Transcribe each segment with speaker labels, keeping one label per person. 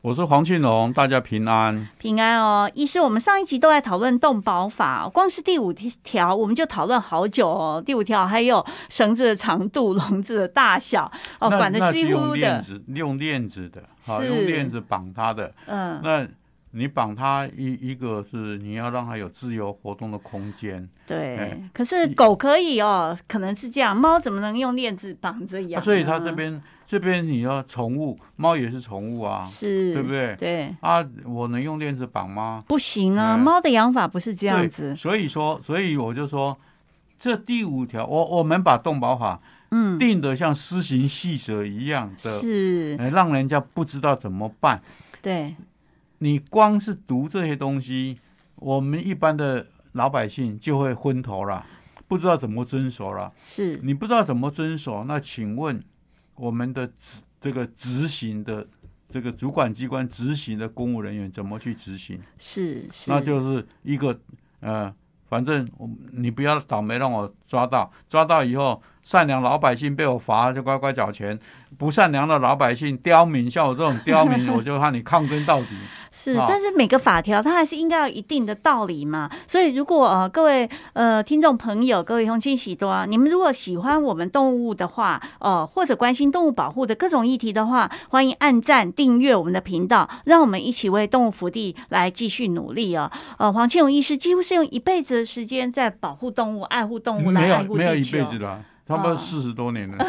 Speaker 1: 我是黄庆荣，大家平安。
Speaker 2: 平安哦。医师，我们上一集都在讨论动保法，哦光是第五条我们就讨论好久哦。第五条还有绳子的长度、笼子的大小，哦，
Speaker 1: 那
Speaker 2: 管的
Speaker 1: 那
Speaker 2: 稀
Speaker 1: 是
Speaker 2: 里
Speaker 1: 用
Speaker 2: 糊糊
Speaker 1: 链
Speaker 2: 的。
Speaker 1: 子，用链子的，好，
Speaker 2: 是
Speaker 1: 用链子绑它的。
Speaker 2: 嗯，
Speaker 1: 那你绑它一一个是你要让它有自由活动的空间，
Speaker 2: 对
Speaker 1: 哎。
Speaker 2: 可是狗可以哦，可能是这样，猫怎么能用链子绑着
Speaker 1: 啊
Speaker 2: 养呢？
Speaker 1: 所以它这边这边你要宠物，猫也是宠物啊，
Speaker 2: 是，
Speaker 1: 对不对
Speaker 2: 对，
Speaker 1: 啊，我能用链子绑吗？
Speaker 2: 不行啊，
Speaker 1: 哎
Speaker 2: 猫的养法不是这样
Speaker 1: 对
Speaker 2: 子。
Speaker 1: 所以说，所以我就说，这第五条，我我们把动保法
Speaker 2: 嗯，
Speaker 1: 定得像施行细则一样的，
Speaker 2: 是，
Speaker 1: 哎让人家不知道怎么办。
Speaker 2: 对，
Speaker 1: 你光是读这些东西，我们一般的老百姓就会昏头了，不知道怎么遵守了。
Speaker 2: 是，
Speaker 1: 你不知道怎么遵守，那请问我们的执这个执行的这个主管机关执行的公务人员怎么去执行？
Speaker 2: 是，是，
Speaker 1: 那就是一个呃，反正我你不要倒霉让我抓到，抓到以后善良老百姓被我罚就乖乖缴钱，不善良的老百姓刁民像我这种刁民，我就和你抗争到底。
Speaker 2: 是，
Speaker 1: 啊
Speaker 2: 但是每个法条它还是应该有一定的道理嘛。所以如果呃各位呃听众朋友、各位同亲喜多啊，你们如果喜欢我们动物的话，呃或者关心动物保护的各种议题的话，欢迎按赞、订阅我们的频道，让我们一起为动物福利来继续努力哦。呃，黄庆荣医师几乎是用一辈子的时间在保护动物、爱护动物嗯来
Speaker 1: 嗯没有
Speaker 2: 爱护
Speaker 1: 没有
Speaker 2: 地
Speaker 1: 一
Speaker 2: 球。
Speaker 1: 辈子了、差不多
Speaker 2: 啊
Speaker 1: 四十多年了。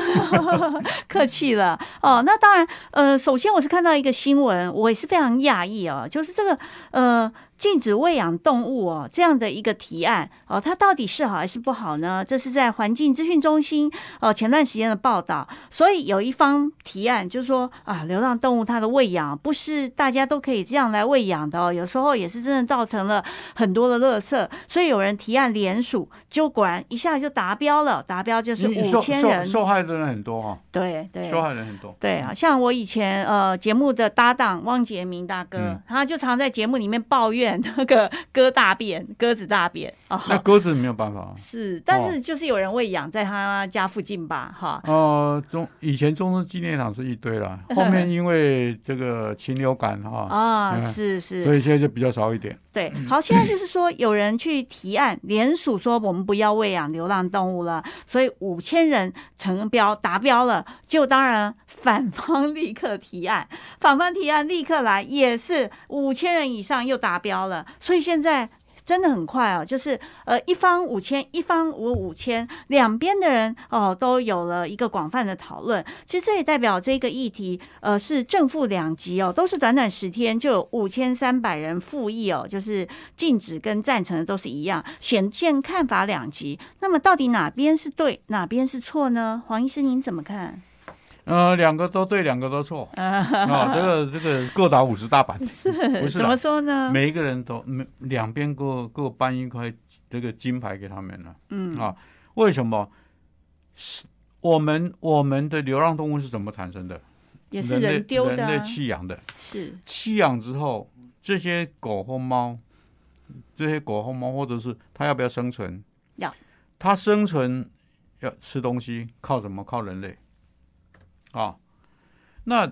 Speaker 2: 客气了哦。那当然，呃，首先我是看到一个新闻，我也是非常讶异哦，就是这个呃禁止喂养动物哦这样的一个提案哦，它到底是好还是不好呢？这是在环境资讯中心哦前段时间的报道，所以有一方提案就是说啊，流浪动物它的喂养不是大家都可以这样来喂养的哦，有时候也是真的造成了很多的垃圾，所以有人提案联署，就果然一下就达标了，达标 就是
Speaker 1: 你
Speaker 2: 五
Speaker 1: 受
Speaker 2: 千
Speaker 1: 受
Speaker 2: 人，
Speaker 1: 受害的人很多哈、
Speaker 2: 对对，
Speaker 1: 受害 人很多。
Speaker 2: 对啊，像我以前呃节目的搭档汪杰明大哥，
Speaker 1: 嗯
Speaker 2: 他就常在节目里面抱怨那个 鸽大便、鸽子大便啊、
Speaker 1: 那鸽子没有办 法。啊
Speaker 2: 是，但是就是有人喂养在他家附近吧，哈，
Speaker 1: 呃，中以前中正纪念堂是一 堆啦，后面因为这个禽流感哈、
Speaker 2: 啊，
Speaker 1: 嗯
Speaker 2: 是是，
Speaker 1: 所以现在就比较少一点。
Speaker 2: 对，好，现在就是说有人去提案，联署说我们不要喂养流浪动物了，所以五千人成标达标了，就当然反方立刻提案，反方提案立刻来也是五千人以上又达标了，所以现在。真的很快哦，就是呃，一方五千，一方五五千，两边的人哦都有了一个广泛的讨论。其实这也代表这个议题，呃，是正负两极哦，都是短短十天就有五千三百人复议哦，就是禁止跟赞成的都是一样，显见看法两极。那么到底哪边是对，哪边是错呢？黄医师您怎么看？
Speaker 1: 呃，两个都对，两个都错
Speaker 2: 啊，
Speaker 1: 啊、这个这个各打五十 大板，不是
Speaker 2: 怎么
Speaker 1: 啦，
Speaker 2: 说呢？
Speaker 1: 每一个人都每两边各各颁一块这个金牌给他们了。
Speaker 2: 嗯，
Speaker 1: 啊，为什么？是我们我们的流浪动物是怎么产生的？
Speaker 2: 也是
Speaker 1: 人类
Speaker 2: 人丢的
Speaker 1: 人
Speaker 2: 啊、
Speaker 1: 类弃养的。
Speaker 2: 是
Speaker 1: 弃养之后，这些狗或猫，这些狗或猫，或者是它要不要生存？
Speaker 2: 要。
Speaker 1: 它生存要吃东西，靠什么？靠人类。啊，那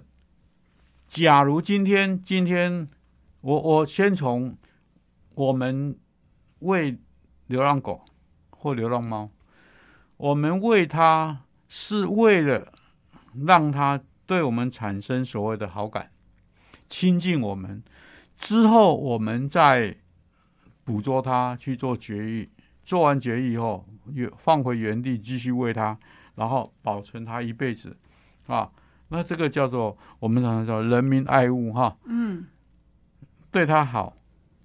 Speaker 1: 假如今天今天我我先从我们喂流浪狗或流浪猫，我们喂它是为了让它对我们产生所谓的好感。亲近我们，之后我们再捕捉它去做绝育，做完绝育以后，原放回原地继续喂它，然后保存它一辈子，啊，那这个叫做我们常常叫人民爱物哈，
Speaker 2: 嗯，
Speaker 1: 对它好。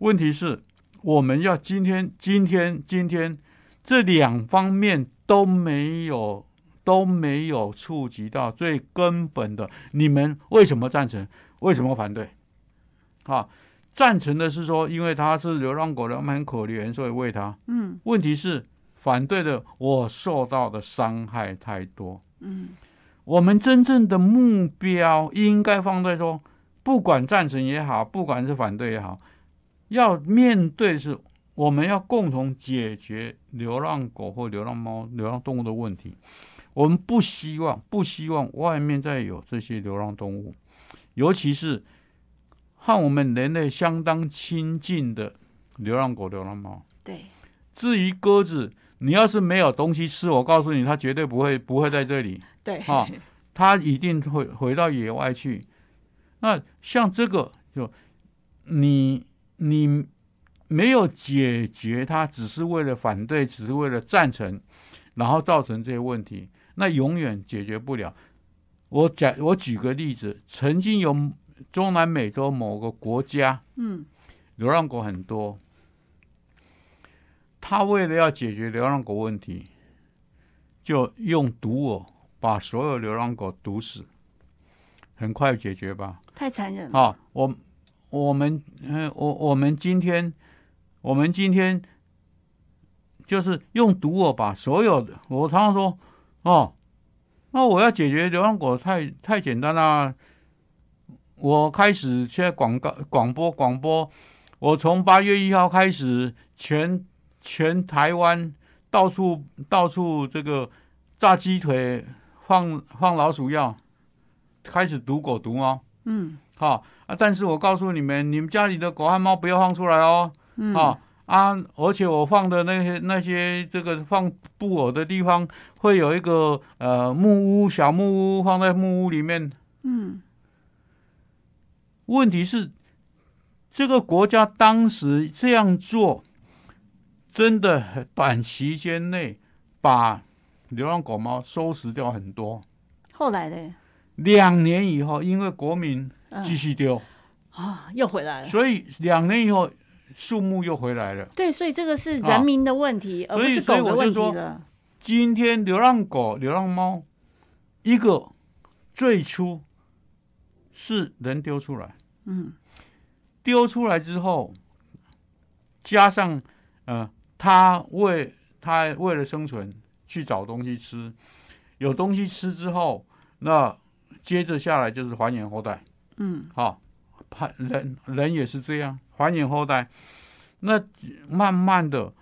Speaker 1: 问题是，我们要今天今天今天这两方面都没有。都没有触及到最根本的，你们为什么赞成？为什么反对？啊，赞成的是说，因为它是流浪狗，它们很可怜，所以喂它。
Speaker 2: 嗯，
Speaker 1: 问题是反对的，我受到的伤害太多。嗯，我们真正的目标应该放在说，不管赞成也好，不管是反对也好，要面对是我们要共同解决流浪狗或流浪猫、流浪动物的问题。我们不希望，不希望外面再有这些流浪动物，尤其是和我们人类相当亲近的流浪狗、流浪猫。
Speaker 2: 对，
Speaker 1: 至于鸽子，你要是没有东西吃，我告诉你，它绝对不会不会在这里。
Speaker 2: 对，
Speaker 1: 哈、啊他一定会回到野外去。那像这个，就你你没有解决它，只是为了反对，只是为了赞成，然后造成这些问题，那永远解决不了。我讲，我举个例子，曾经有中南美洲某个国家
Speaker 2: 嗯，
Speaker 1: 流浪狗很多，他为了要解决流浪狗问题，就用毒饵把所有流浪狗毒死，很快解决吧。
Speaker 2: 太残忍了。
Speaker 1: 啊，我我们呃，我我们今天我们今天就是用毒饵把所有的，我常常说哦，那我要解决流浪狗太太简单啦。我开始现在广告广播广播，我从八月一号开始，全全台湾到处到处这个炸鸡腿放放老鼠药，开始毒狗毒猫。
Speaker 2: 嗯
Speaker 1: 好、啊，但是我告诉你们，你们家里的狗和猫不要放出来哦，
Speaker 2: 嗯，
Speaker 1: 啊、啊，而且我放的那些那些这个放布偶的地方，会有一个呃木屋小木屋放在木屋里面。
Speaker 2: 嗯，
Speaker 1: 问题是，这个国家当时这样做，真的很短期间内把流浪狗猫收拾掉很多。
Speaker 2: 后来嘞，
Speaker 1: 两年以后，因为国民
Speaker 2: 嗯
Speaker 1: 继续丢，
Speaker 2: 啊，又回来了。
Speaker 1: 所以两年以后树木又回来了。
Speaker 2: 对，所以这个是
Speaker 1: 啊
Speaker 2: 人民的问题，而
Speaker 1: 所
Speaker 2: 不
Speaker 1: 以
Speaker 2: 是
Speaker 1: 所以
Speaker 2: 狗的
Speaker 1: 我就
Speaker 2: 问
Speaker 1: 说
Speaker 2: 题了。
Speaker 1: 今天流浪狗、流浪猫，一个最初是人丢出来，
Speaker 2: 嗯，
Speaker 1: 丢出来之后，加上呃，它为它为了生存去找东西吃，有东西吃之后，那接着下来就是繁衍后代。
Speaker 2: 嗯，
Speaker 1: 好、怕人人也是这样繁衍后代。那慢慢的，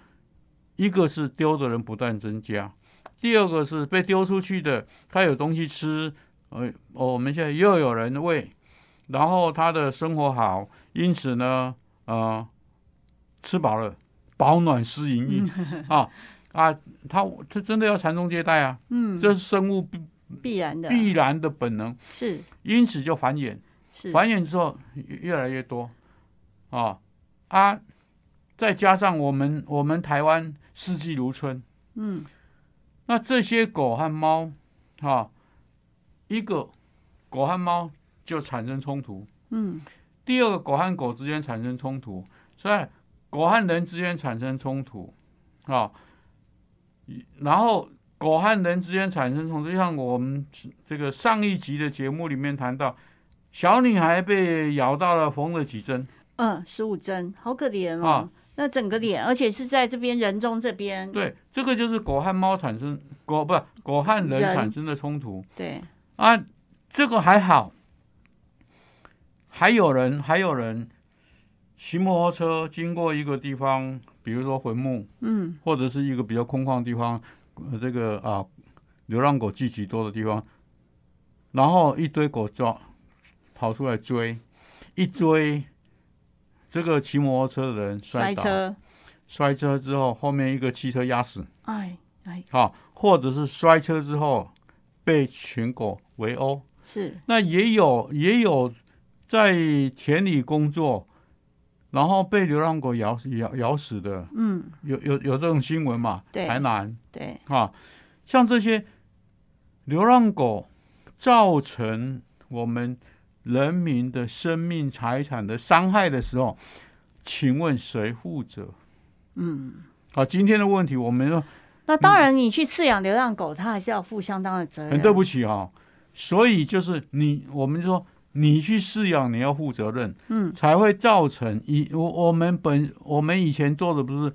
Speaker 1: 一个是丢的人不断增加，第二个是被丢出去的，他有东西吃，呃，哦我们现在又有人喂，然后他的生活好，因此呢，呃，吃饱了，保暖思淫逸、啊啊，他他真的要传宗接代啊，
Speaker 2: 嗯，啊
Speaker 1: 这是生物必
Speaker 2: 必然的，
Speaker 1: 必然的本能，
Speaker 2: 是
Speaker 1: 因此就繁衍。
Speaker 2: 是，
Speaker 1: 繁衍之后越越来越多，啊啊，再加上我们我们台湾四季如春，
Speaker 2: 嗯，
Speaker 1: 那这些狗和猫，啊，一个狗和猫就产生冲突，
Speaker 2: 嗯，
Speaker 1: 第二个狗和狗之间产生冲突，所以狗和人之间产生冲突，啊，然后狗和人之间产生冲突，就像我们这个上一集的节目里面谈到，小女孩被咬到了，缝了几针，
Speaker 2: 嗯，十五针，好可怜哦
Speaker 1: 啊。
Speaker 2: 那整个脸，而且是在这边人中这边，
Speaker 1: 对，这个就是狗和猫产生狗不狗和人
Speaker 2: 人
Speaker 1: 产生的冲突
Speaker 2: 对，
Speaker 1: 啊，这个还好，还有人还有人骑摩托车经过一个地方，比如说坟墓。
Speaker 2: 嗯，
Speaker 1: 或者是一个比较空旷的地方，呃、这个啊流浪狗聚集多的地方，然后一堆狗抓跑出来追，一追，这个骑摩托车的人
Speaker 2: 摔
Speaker 1: 摔倒，
Speaker 2: 车，
Speaker 1: 摔车之后后面一个汽车压死，
Speaker 2: 哎哎，
Speaker 1: 啊，或者是摔车之后被群狗围殴，
Speaker 2: 是，
Speaker 1: 那也有也有在田里工作。然后被流浪狗咬死咬咬死的，
Speaker 2: 嗯，
Speaker 1: 有有有这种新闻嘛？
Speaker 2: 对
Speaker 1: 台南，
Speaker 2: 对，
Speaker 1: 啊，像这些流浪狗造成我们人民的生命财产的伤害的时候，请问谁负责？
Speaker 2: 嗯，
Speaker 1: 好，今天的问题我们
Speaker 2: 那当然，你去饲养流浪狗，它还是要负相当的责任。
Speaker 1: 很对不起哈、所以就是你，我们就说你去饲养，你要负责任，
Speaker 2: 嗯，
Speaker 1: 才会造成以我我们本我们以前做的不是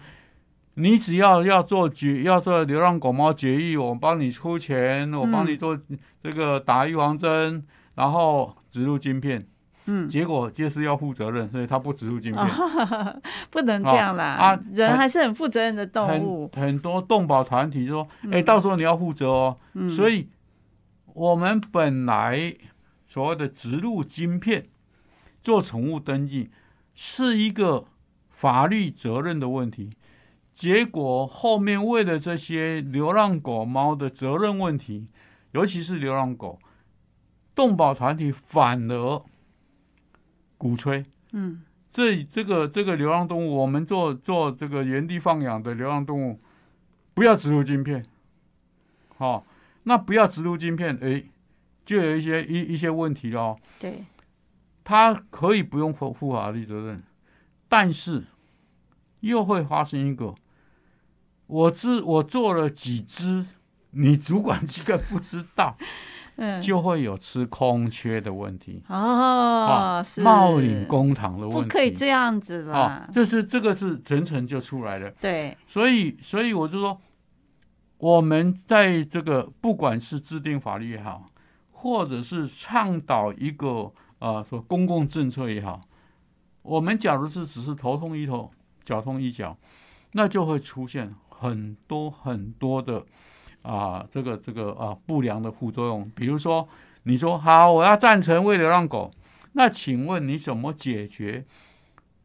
Speaker 1: 你只要要做绝要做流浪狗猫绝育，我帮你出钱，我帮
Speaker 2: 嗯
Speaker 1: 你做这个打预防针，然后植入晶片，
Speaker 2: 嗯，
Speaker 1: 结果就是要负责任，所以它不植入晶片。
Speaker 2: 啊， 不能这样啦，
Speaker 1: 啊啊
Speaker 2: 人
Speaker 1: 很
Speaker 2: 还是很负责任的动
Speaker 1: 很
Speaker 2: 物。
Speaker 1: 很多动保团体就说，哎、到时候你要负责哦。
Speaker 2: 嗯
Speaker 1: 所以我们本来所谓的植入晶片做宠物登记是一个法律责任的问题，结果后面为了这些流浪狗猫的责任问题，尤其是流浪狗，动保团体反而鼓吹。
Speaker 2: 嗯
Speaker 1: 这这个这个流浪动物，我们做做这个原地放养的流浪动物，不要植入晶片。好、那不要植入晶片，诶，就有一些一一些问题了哦。
Speaker 2: 对，
Speaker 1: 它可以不用负负法律责任，但是又会发生一个，我知我做了几只，你主管机关不知 道，
Speaker 2: 嗯，
Speaker 1: 就会有吃空缺的问题，
Speaker 2: 哦，
Speaker 1: 啊
Speaker 2: 是
Speaker 1: 冒领公堂的问题，
Speaker 2: 不可以这样子啦
Speaker 1: 啊，。这是这个是层层就出来了。
Speaker 2: 对，
Speaker 1: 所以，所以我就说，我们在这个不管是制定法律也好，或者是倡导一个呃说公共政策也好，我们假如是只是头痛医头，脚痛医脚，那就会出现很多很多的啊、这个这个啊、不良的副作用。比如说，你说好我要赞成喂流浪狗，那请问你怎么解决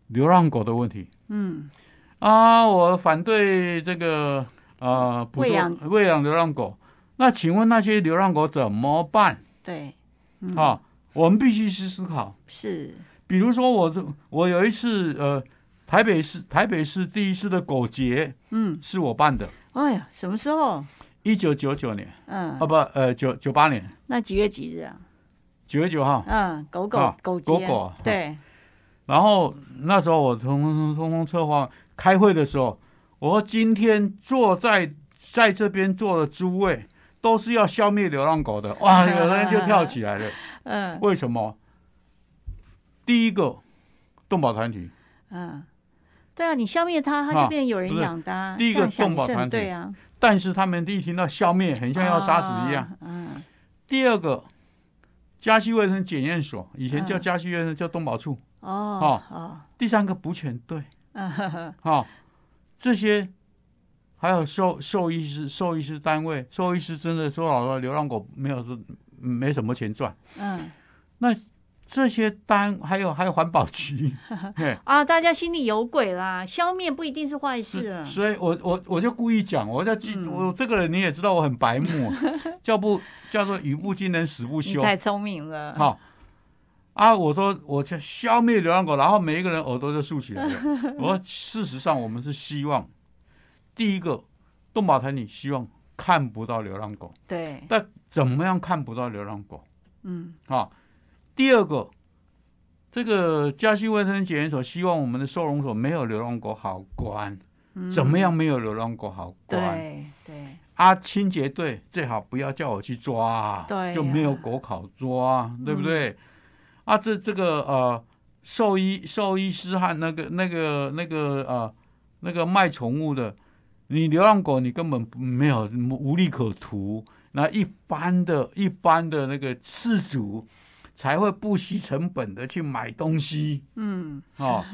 Speaker 1: 流浪狗的问题？
Speaker 2: 嗯
Speaker 1: 啊，我反对这个呃捕
Speaker 2: 喂
Speaker 1: 捉
Speaker 2: 养
Speaker 1: 喂养流浪狗。那请问那些流浪狗怎么办？
Speaker 2: 对，嗯
Speaker 1: 啊，我们必须去思考。
Speaker 2: 是，
Speaker 1: 比如说我，这我有一次呃，台北市台北市第一次的狗节
Speaker 2: 嗯，
Speaker 1: 是我办的，
Speaker 2: 哎呀，什么时候？
Speaker 1: 一九九九年
Speaker 2: 嗯
Speaker 1: 啊，不呃九九八年
Speaker 2: 那几月几日啊？
Speaker 1: 九月九号。
Speaker 2: 嗯，狗狗
Speaker 1: 啊
Speaker 2: 狗
Speaker 1: 狗
Speaker 2: 节
Speaker 1: 狗啊
Speaker 2: 对，
Speaker 1: 然后那时候我通通通通策划开会的时候，我说今天坐在在这边坐的诸位都是要消灭流浪狗的， 哇，有的人就跳起来了。
Speaker 2: 嗯
Speaker 1: 为什么？第一个，动保团体，
Speaker 2: 嗯，对啊，你消灭它，它
Speaker 1: 啊
Speaker 2: 就变有人
Speaker 1: 不是
Speaker 2: 养的啊。
Speaker 1: 第一
Speaker 2: 这
Speaker 1: 个
Speaker 2: 样想
Speaker 1: 动
Speaker 2: 也
Speaker 1: 保
Speaker 2: 是很
Speaker 1: 团体
Speaker 2: 对啊，
Speaker 1: 但是他们一听到消灭，很像要杀死一样。
Speaker 2: 啊。嗯，
Speaker 1: 第二个，家畜卫生检验所，以前叫
Speaker 2: 嗯
Speaker 1: 家畜卫生，叫动保处。
Speaker 2: 哦哦，
Speaker 1: 第三个，捕犬队。
Speaker 2: 嗯呵呵，
Speaker 1: 啊、这些还有兽兽医师、兽医师单位、兽医师真的说老实话，流浪狗没有说没什么钱赚。
Speaker 2: 嗯
Speaker 1: 这些单还有还有环保 局，对，
Speaker 2: 啊，大家心里有鬼啦，消灭不一定是坏事啊。
Speaker 1: 所以我我我就故意讲，我在记、
Speaker 2: 嗯
Speaker 1: 我这个人你也知道我很白 目，啊叫不叫做语不惊人死不
Speaker 2: 你
Speaker 1: 休，
Speaker 2: 太聪明了。
Speaker 1: 好、啊，我说我就消灭流浪狗，然后每一个人耳朵就竖起来了。我说事实上我们是希望，第一个动保团体希望看不到流浪狗。
Speaker 2: 对，
Speaker 1: 但怎么样看不到流浪狗
Speaker 2: 嗯
Speaker 1: 啊？第二个，这个家畜卫生检验所希望我们的收容所没有流浪狗好关，
Speaker 2: 嗯，
Speaker 1: 怎么样没有流浪狗好关？
Speaker 2: 对对，
Speaker 1: 啊，清洁队最好不要叫我去抓啊，
Speaker 2: 对呀
Speaker 1: 就没有狗好抓啊，对不对？啊，这这个呃，兽医兽医师和那个那个那个呃那个卖宠物的，你流浪狗你根本没有无利可图，那一般的一般的那个饲主才会不惜成本的去买东西
Speaker 2: 嗯
Speaker 1: 哦，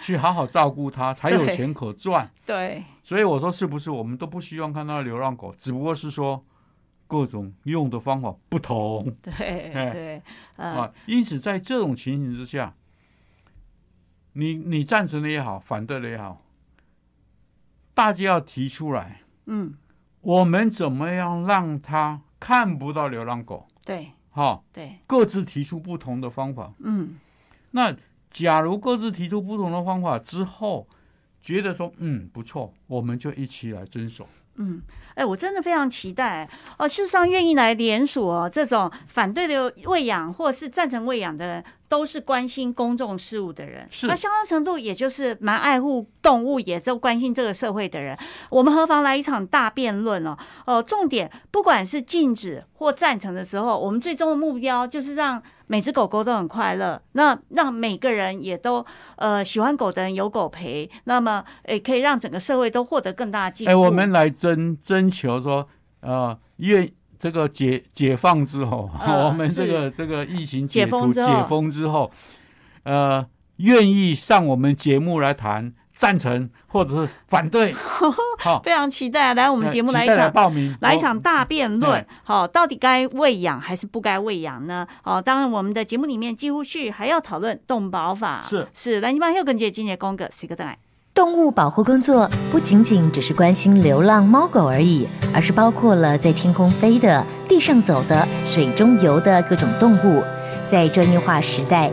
Speaker 1: 去好好照顾它，才有
Speaker 2: 对
Speaker 1: 钱可赚。
Speaker 2: 对，
Speaker 1: 所以我说是不是我们都不希望看到流浪狗，只不过是说各种用的方法不同
Speaker 2: 对
Speaker 1: 哎
Speaker 2: 对，呃，
Speaker 1: 啊。因此，在这种情形之下，你你赞成的也好，反对的也好，大家要提出来，
Speaker 2: 嗯，
Speaker 1: 我们怎么样让它看不到流浪狗？
Speaker 2: 对
Speaker 1: 哈、
Speaker 2: 对，
Speaker 1: 各自提出不同的方法。
Speaker 2: 嗯
Speaker 1: 那假如各自提出不同的方法之后，觉得说嗯不错，我们就一起来遵守。
Speaker 2: 嗯，哎，我真的非常期待哦。事实上，愿意来联署哦，这种反对的喂养或是赞成喂养的都是关心公众事务的人，
Speaker 1: 是
Speaker 2: 那相当程度也就是蛮爱护动物，也都关心这个社会的人。我们何妨来一场大辩论哦？呃，重点不管是禁止或赞成的时候，我们最终的目标就是让每只狗狗都很快乐，那让每个人也都呃喜欢狗的人有狗陪，那么也可以让整个社会都获得更大的进步。
Speaker 1: 哎，我们来征征求说，呃，愿这个解解放之后，
Speaker 2: 嗯
Speaker 1: 我们这
Speaker 2: 是
Speaker 1: 个这个疫情
Speaker 2: 解
Speaker 1: 解
Speaker 2: 封之
Speaker 1: 除解
Speaker 2: 后
Speaker 1: 封之后，呃，愿意上我们节目来谈赞成或者是反对， 好、
Speaker 2: 非常期待啊来我
Speaker 1: 我
Speaker 2: 们节目来一场
Speaker 1: 来报名，
Speaker 2: 来一
Speaker 1: 我
Speaker 2: 场大辩论
Speaker 1: 嗯，
Speaker 2: 好、到底该喂养还是不该喂养呢？哦，当然，我们的节目里面几乎是还要讨论动保法，
Speaker 1: 是
Speaker 2: 是，咱今晚又跟这今年公个是个邓来，
Speaker 3: 动物保护工作不仅仅只是关心流浪猫狗而已，而是包括了在天空飞的、地上走的、水中游的各种动物。在专业化时代，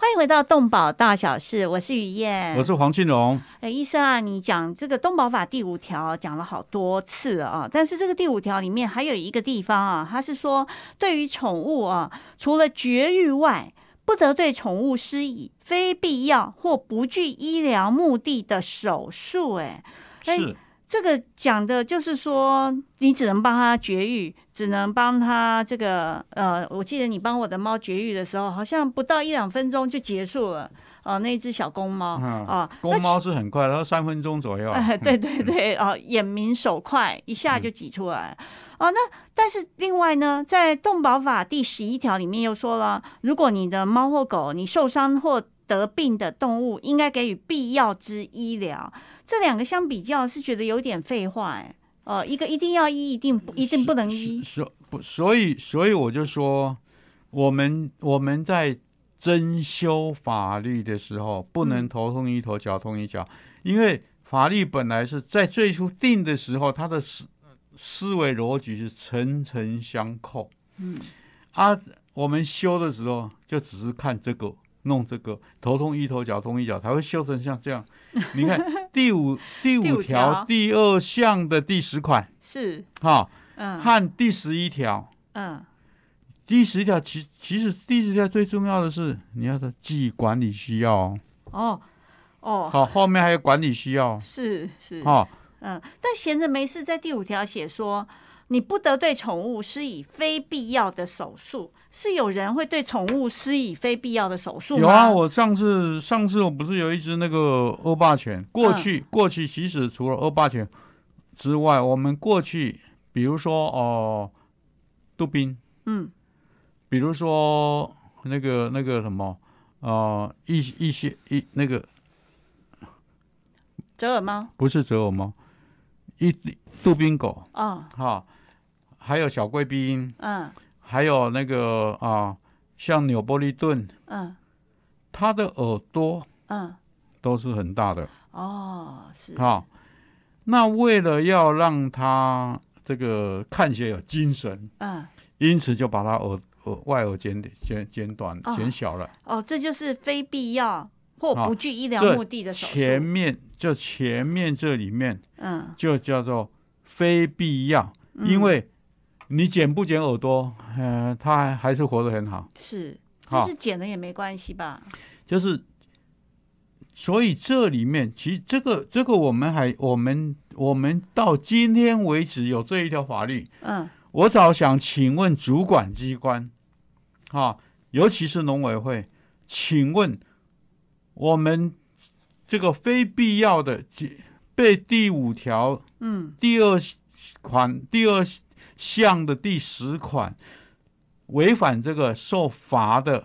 Speaker 2: 欢迎回到动保大小事，我是雨燕，
Speaker 1: 我是黄庆荣，
Speaker 2: 哎，医生啊，你讲这个动保法第五条啊讲了好多次啊，但是这个第五条里面还有一个地方啊，它是说对于宠物啊，除了绝育外，不得对宠物施以非必要或不具医疗目的的手术、哎，哎
Speaker 1: 是
Speaker 2: 这个讲的就是说，你只能帮它绝育，只能帮它这个呃，我记得你帮我的猫绝育的时候，好像不到一两分钟就结束了。哦，那只小公猫
Speaker 1: 嗯
Speaker 2: 啊，那
Speaker 1: 公猫是很快的，它三分钟左右，啊
Speaker 2: 哎，对对对，哦，眼明手快，一下就挤出来。哦，那但是另外呢，在动保法第十一条里面又说了，如果你的猫或狗你受伤或得病的动物，应该给予必要之医疗。这两个相比较，是觉得有点废话哎。哦，一个一定要医，一定不一定不能医。
Speaker 1: 所不，所以所以我就说，我们我们在征修法律的时候，不能头痛医头，脚痛医脚，因为法律本来是在最初定的时候，它的思思维逻辑是层层相扣。嗯，啊，我们修的时候就只是看这个。弄这个头痛医头，脚痛医脚，才会修成像这样。你看第五
Speaker 2: 第
Speaker 1: 第
Speaker 2: 五
Speaker 1: 五
Speaker 2: 条
Speaker 1: 条第二项的第十款，
Speaker 2: 是，
Speaker 1: 哈、
Speaker 2: 嗯
Speaker 1: 和第十一条，
Speaker 2: 嗯，
Speaker 1: 第十一条其其实第十条最重要的是你要的记管理需要哦，
Speaker 2: 哦哦，
Speaker 1: 好、后面还有管理需要哦，
Speaker 2: 是是。
Speaker 1: 好、
Speaker 2: 嗯，但闲着没事，在第五条写说，你不得对宠物施以非必要的手术。是有人会对宠物施以非必要的手术吗？
Speaker 1: 有啊，我上次上次我不是有一只那个欧霸
Speaker 2: 嗯
Speaker 1: 犬，过去、过去其实除了欧霸犬之外，我们过去比如说哦、杜宾，
Speaker 2: 嗯，
Speaker 1: 比如说那个那个什么呃一一些一那个
Speaker 2: 折耳猫
Speaker 1: 不是折耳猫，一杜宾狗，
Speaker 2: 哦，
Speaker 1: 哈、还有小贵宾，
Speaker 2: 嗯
Speaker 1: 还有那个啊，像纽波利顿，
Speaker 2: 嗯
Speaker 1: 它的耳朵
Speaker 2: 嗯，
Speaker 1: 都是很大的
Speaker 2: 哦，是
Speaker 1: 哈、那为了要让它这个看起来有精神，
Speaker 2: 嗯
Speaker 1: 因此就把它耳耳外耳剪剪剪短
Speaker 2: 哦
Speaker 1: 剪小了。
Speaker 2: 哦，这就是非必要或
Speaker 1: 啊
Speaker 2: 不具医疗
Speaker 1: 这
Speaker 2: 目的的手术。
Speaker 1: 前面就前面这里面
Speaker 2: 嗯，
Speaker 1: 就叫做非必要，
Speaker 2: 嗯
Speaker 1: 因为你剪不剪耳朵，呃，它还还是活得很好。
Speaker 2: 是，
Speaker 1: 好
Speaker 2: 但是剪了也没关系吧？
Speaker 1: 就是，所以这里面其实这个这个我们还我们我们到今天为止有这一条法律，
Speaker 2: 嗯
Speaker 1: 我早想请问主管机关，啊，尤其是农委会，请问我们这个非必要的被第五条
Speaker 2: 嗯
Speaker 1: 第二款第二项的第十款，违反这个受罚的，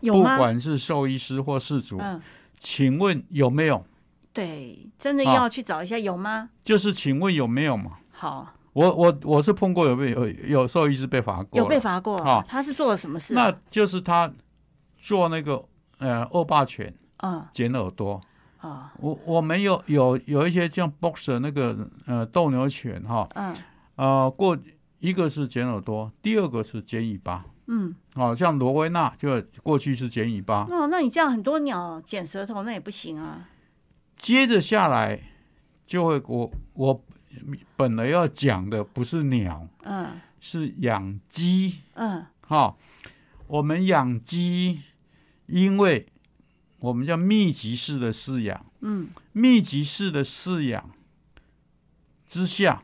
Speaker 2: 有
Speaker 1: 不
Speaker 2: 吗？
Speaker 1: 管是兽医师或事主，
Speaker 2: 嗯，
Speaker 1: 请问有没有？
Speaker 2: 对，真的
Speaker 1: 啊
Speaker 2: 要去找一下有吗？
Speaker 1: 就是请问有没有嘛？
Speaker 2: 好，
Speaker 1: 我我我是碰过有没有有有兽医师被罚过，
Speaker 2: 有被，罚过
Speaker 1: 啊，
Speaker 2: 他是做了什么事？
Speaker 1: 那就是他做那个呃恶霸拳
Speaker 2: 嗯
Speaker 1: 剪耳朵，
Speaker 2: 啊
Speaker 1: 我我们有有有一些像 boxer 那个呃斗牛犬哈，
Speaker 2: 嗯
Speaker 1: 呃过一个是剪耳朵，第二个是剪尾巴，
Speaker 2: 嗯，
Speaker 1: 哦，像罗威纳就过去是剪尾巴，
Speaker 2: 哦，那你这样很多鸟剪舌头，那也不行啊。
Speaker 1: 接着下来就会我我本来要讲的不是鸟，
Speaker 2: 嗯
Speaker 1: 是养鸡
Speaker 2: 嗯
Speaker 1: 哈、我们养鸡，因为我们叫密集式的饲养。
Speaker 2: 嗯，
Speaker 1: 密集式的饲养之下，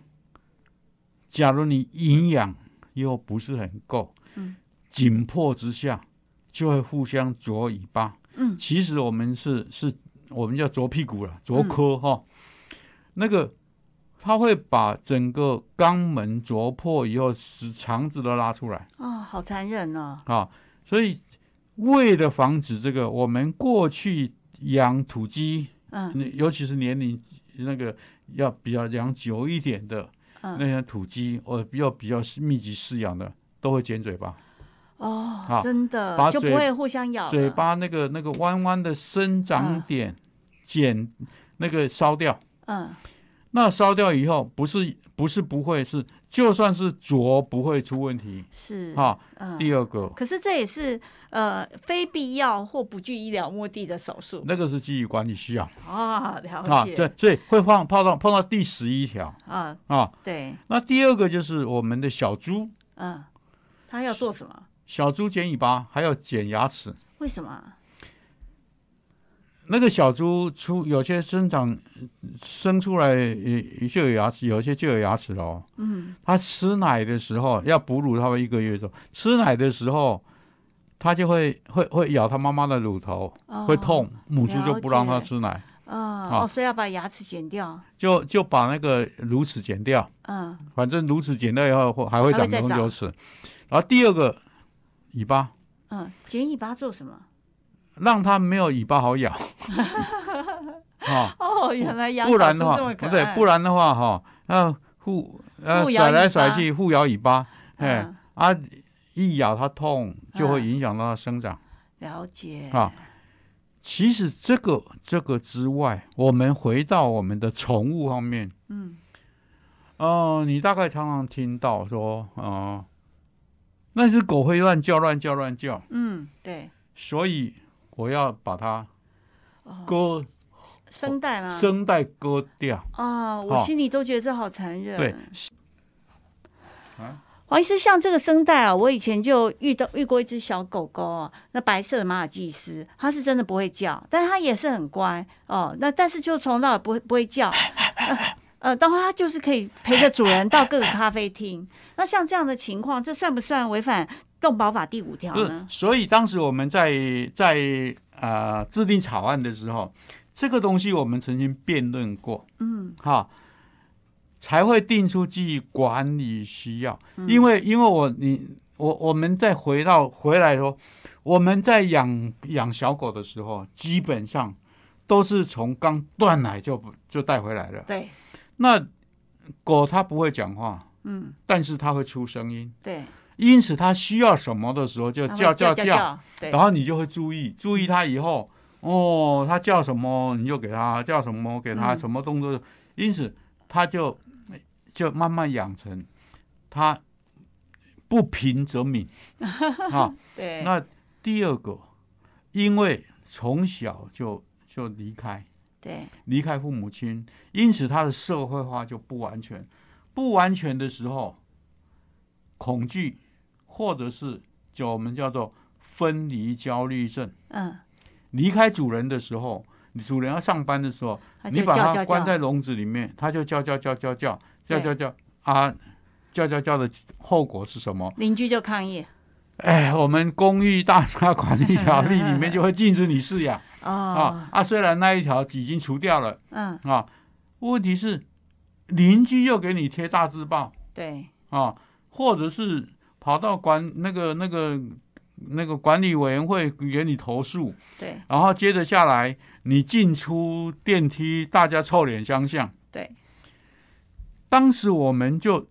Speaker 1: 假如你营养又不是很够，
Speaker 2: 嗯，
Speaker 1: 紧迫之下就会互相啄尾巴。
Speaker 2: 嗯
Speaker 1: 其实我们是是我们叫啄屁股了，啄科哈、那个它会把整个肛门啄破以后，使肠子都拉出来。
Speaker 2: 哦，好残忍哦。
Speaker 1: 啊，所以为了防止这个，我们过去养土鸡，
Speaker 2: 嗯
Speaker 1: 嗯尤其是年龄那个要比较养久一点的那
Speaker 2: 嗯，
Speaker 1: 些土鸡，我比较比较密集饲养的，都会剪嘴巴，
Speaker 2: 哦
Speaker 1: 好，
Speaker 2: 真的
Speaker 1: 把
Speaker 2: 就不
Speaker 1: 嘴
Speaker 2: 会互相咬了
Speaker 1: 嘴巴那个那个弯弯的生长
Speaker 2: 嗯
Speaker 1: 点，剪那个烧掉。
Speaker 2: 嗯
Speaker 1: 那烧掉以后，不是不是不会是，就算是啄不会出问题
Speaker 2: 是
Speaker 1: 啊。
Speaker 2: 嗯。
Speaker 1: 第二个，
Speaker 2: 可是这也是呃非必要或不具医疗目的的手术
Speaker 1: 那个是基于管理需要
Speaker 2: 啊，了
Speaker 1: 啊，
Speaker 2: 解
Speaker 1: 这所以会放碰到碰到第十一条
Speaker 2: 啊，
Speaker 1: 啊，
Speaker 2: 对，
Speaker 1: 那第二个就是我们的小猪，
Speaker 2: 嗯，他要做什么？
Speaker 1: 小猪剪尾巴，还要剪牙齿。
Speaker 2: 为什么？
Speaker 1: 那个小猪出有些生长生出来也就有牙齿，有些就有牙齿了哦。
Speaker 2: 嗯
Speaker 1: 它吃奶的时候要哺乳，它会一个月左右。吃奶的时候，它就会会会咬它妈妈的乳头，
Speaker 2: 哦
Speaker 1: 会痛，母猪就不让它
Speaker 2: 了解
Speaker 1: 吃奶，
Speaker 2: 啊，
Speaker 1: 好
Speaker 2: 哦，所以要把牙齿剪掉，
Speaker 1: 就就把那个乳齿剪掉。
Speaker 2: 嗯
Speaker 1: 反正乳齿剪掉以后会还会
Speaker 2: 还
Speaker 1: 长
Speaker 2: 会再
Speaker 1: 红
Speaker 2: 长
Speaker 1: 臼齿。然后第二个尾巴，
Speaker 2: 嗯，剪尾巴做什么？
Speaker 1: 让它没有尾巴好 咬。啊、
Speaker 2: 哦，原来牙
Speaker 1: 不然
Speaker 2: 齿
Speaker 1: 的
Speaker 2: 这
Speaker 1: 话，
Speaker 2: 么可
Speaker 1: 不
Speaker 2: 爱，
Speaker 1: 对，不然的话哈，那互呃
Speaker 2: 互咬
Speaker 1: 甩来
Speaker 2: 尾
Speaker 1: 甩
Speaker 2: 巴
Speaker 1: 去，互咬尾巴，哎、
Speaker 2: 嗯，
Speaker 1: 啊，一咬它痛，就会影响到它生长。
Speaker 2: 了解
Speaker 1: 啊其实这个这个之外，我们回到我们的宠物方面，
Speaker 2: 嗯
Speaker 1: 哦、你大概常常听到说，哦、那只狗会乱叫，乱叫，乱叫。
Speaker 2: 嗯，对，
Speaker 1: 所以我要把它
Speaker 2: 哦啊
Speaker 1: 割
Speaker 2: 声带吗？
Speaker 1: 声带割掉。
Speaker 2: 啊，我
Speaker 1: 哦
Speaker 2: 心里都觉得这好残忍。
Speaker 1: 对，
Speaker 2: 黄医师，像这个声带啊，我以前就遇到遇过一只小狗狗哦，那白色的马尔济斯，它是真的不会叫，但它也是很乖哦。那但是就从到尾不会不会叫， 呃，然后它就是可以陪着主人到各个咖啡厅。 那像这样的情况，这算不算违反动保法第五条
Speaker 1: 不是
Speaker 2: 呢，？
Speaker 1: 所以当时我们在在呃制定草案的时候，这个东西我们曾经辩论过，
Speaker 2: 嗯
Speaker 1: 哈，才会定出基于管理需要。
Speaker 2: 嗯
Speaker 1: 因为因为我你我我们再回到回来说，我们在养养小狗的时候，基本上都是从刚断奶就不就带回来了。
Speaker 2: 对，
Speaker 1: 那狗它不会讲话，
Speaker 2: 嗯，
Speaker 1: 但是它会出声音，
Speaker 2: 对，
Speaker 1: 因此它需要什么的时候就
Speaker 2: 啊它会
Speaker 1: 呃叫
Speaker 2: 叫
Speaker 1: 叫，
Speaker 2: 对嗯
Speaker 1: 然，后你就会注意注意它以后，哦，它叫什么你就给它叫什么，给它
Speaker 2: 嗯
Speaker 1: 什么动作，因此它就就慢慢养成它不平则鸣 啊。
Speaker 2: 对，
Speaker 1: 那第二个，因为从小就就离开，
Speaker 2: 对，
Speaker 1: 离开父母亲，因此他的社会化就不完全。不完全的时候，恐惧或者是就我们叫做分离焦虑症。
Speaker 2: 嗯，
Speaker 1: 离开主人的时候，你主人要上班的时候，
Speaker 2: 它
Speaker 1: 你
Speaker 2: 就
Speaker 1: 把
Speaker 2: 叫
Speaker 1: 它
Speaker 2: 叫
Speaker 1: 关
Speaker 2: 叫，
Speaker 1: 在笼子里面，它就叫叫叫叫叫叫
Speaker 2: 对
Speaker 1: 叫叫啊，叫叫叫的后果是什么？
Speaker 2: 邻居就抗议
Speaker 1: 哎，我们《公寓大厦管理条例》里面就会禁止你饲养
Speaker 2: 哦
Speaker 1: 啊，啊！虽然那一条已经除掉了。
Speaker 2: 嗯，
Speaker 1: 啊，问题是邻居又给你贴大字报
Speaker 2: 对，
Speaker 1: 啊，或者是跑到管那个那个那个管理委员会给你投诉，
Speaker 2: 对
Speaker 1: 然后接着下来你进出电梯，大家臭脸相向。
Speaker 2: 对，
Speaker 1: 当时我们就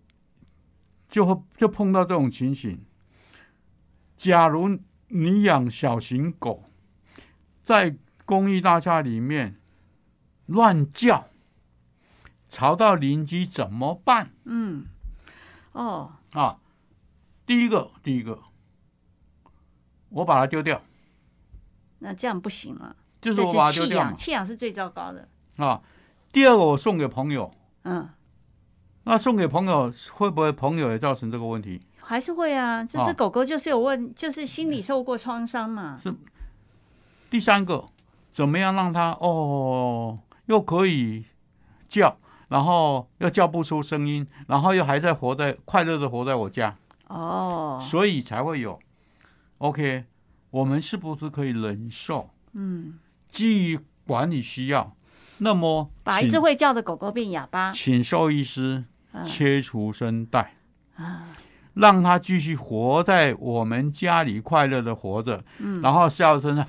Speaker 1: 就就碰到这种情形。假如你养小型狗，在公益大厦里面乱叫，吵到邻居怎么办
Speaker 2: 嗯，哦，
Speaker 1: 啊？第一个，第一个，我把它丢掉，
Speaker 2: 那这样不行啊，
Speaker 1: 就是
Speaker 2: 这
Speaker 1: 我把它
Speaker 2: 是
Speaker 1: 丢
Speaker 2: 弃
Speaker 1: 掉嘛
Speaker 2: 养，弃养是最糟糕的。
Speaker 1: 啊。第二个，我送给朋友，
Speaker 2: 嗯，
Speaker 1: 那送给朋友会不会朋友也造成这个问题？
Speaker 2: 还是会啊，这只
Speaker 1: 哦
Speaker 2: 狗狗就是有问，就是心理受过创伤嘛。
Speaker 1: 第三个，怎么样让它哦又可以叫，然后又叫不出声音，然后又还在活在快乐的活在我家，
Speaker 2: 哦，
Speaker 1: 所以才会有。OK，我们是不是可以忍受？
Speaker 2: 嗯，
Speaker 1: 基于管理需要，那么
Speaker 2: 把一只
Speaker 1: 请
Speaker 2: 会叫的狗狗变哑巴，
Speaker 1: 请兽医师
Speaker 2: 嗯
Speaker 1: 切除声带，
Speaker 2: 啊，
Speaker 1: 让它继续活在我们家里快乐的活着，
Speaker 2: 嗯
Speaker 1: 然后笑声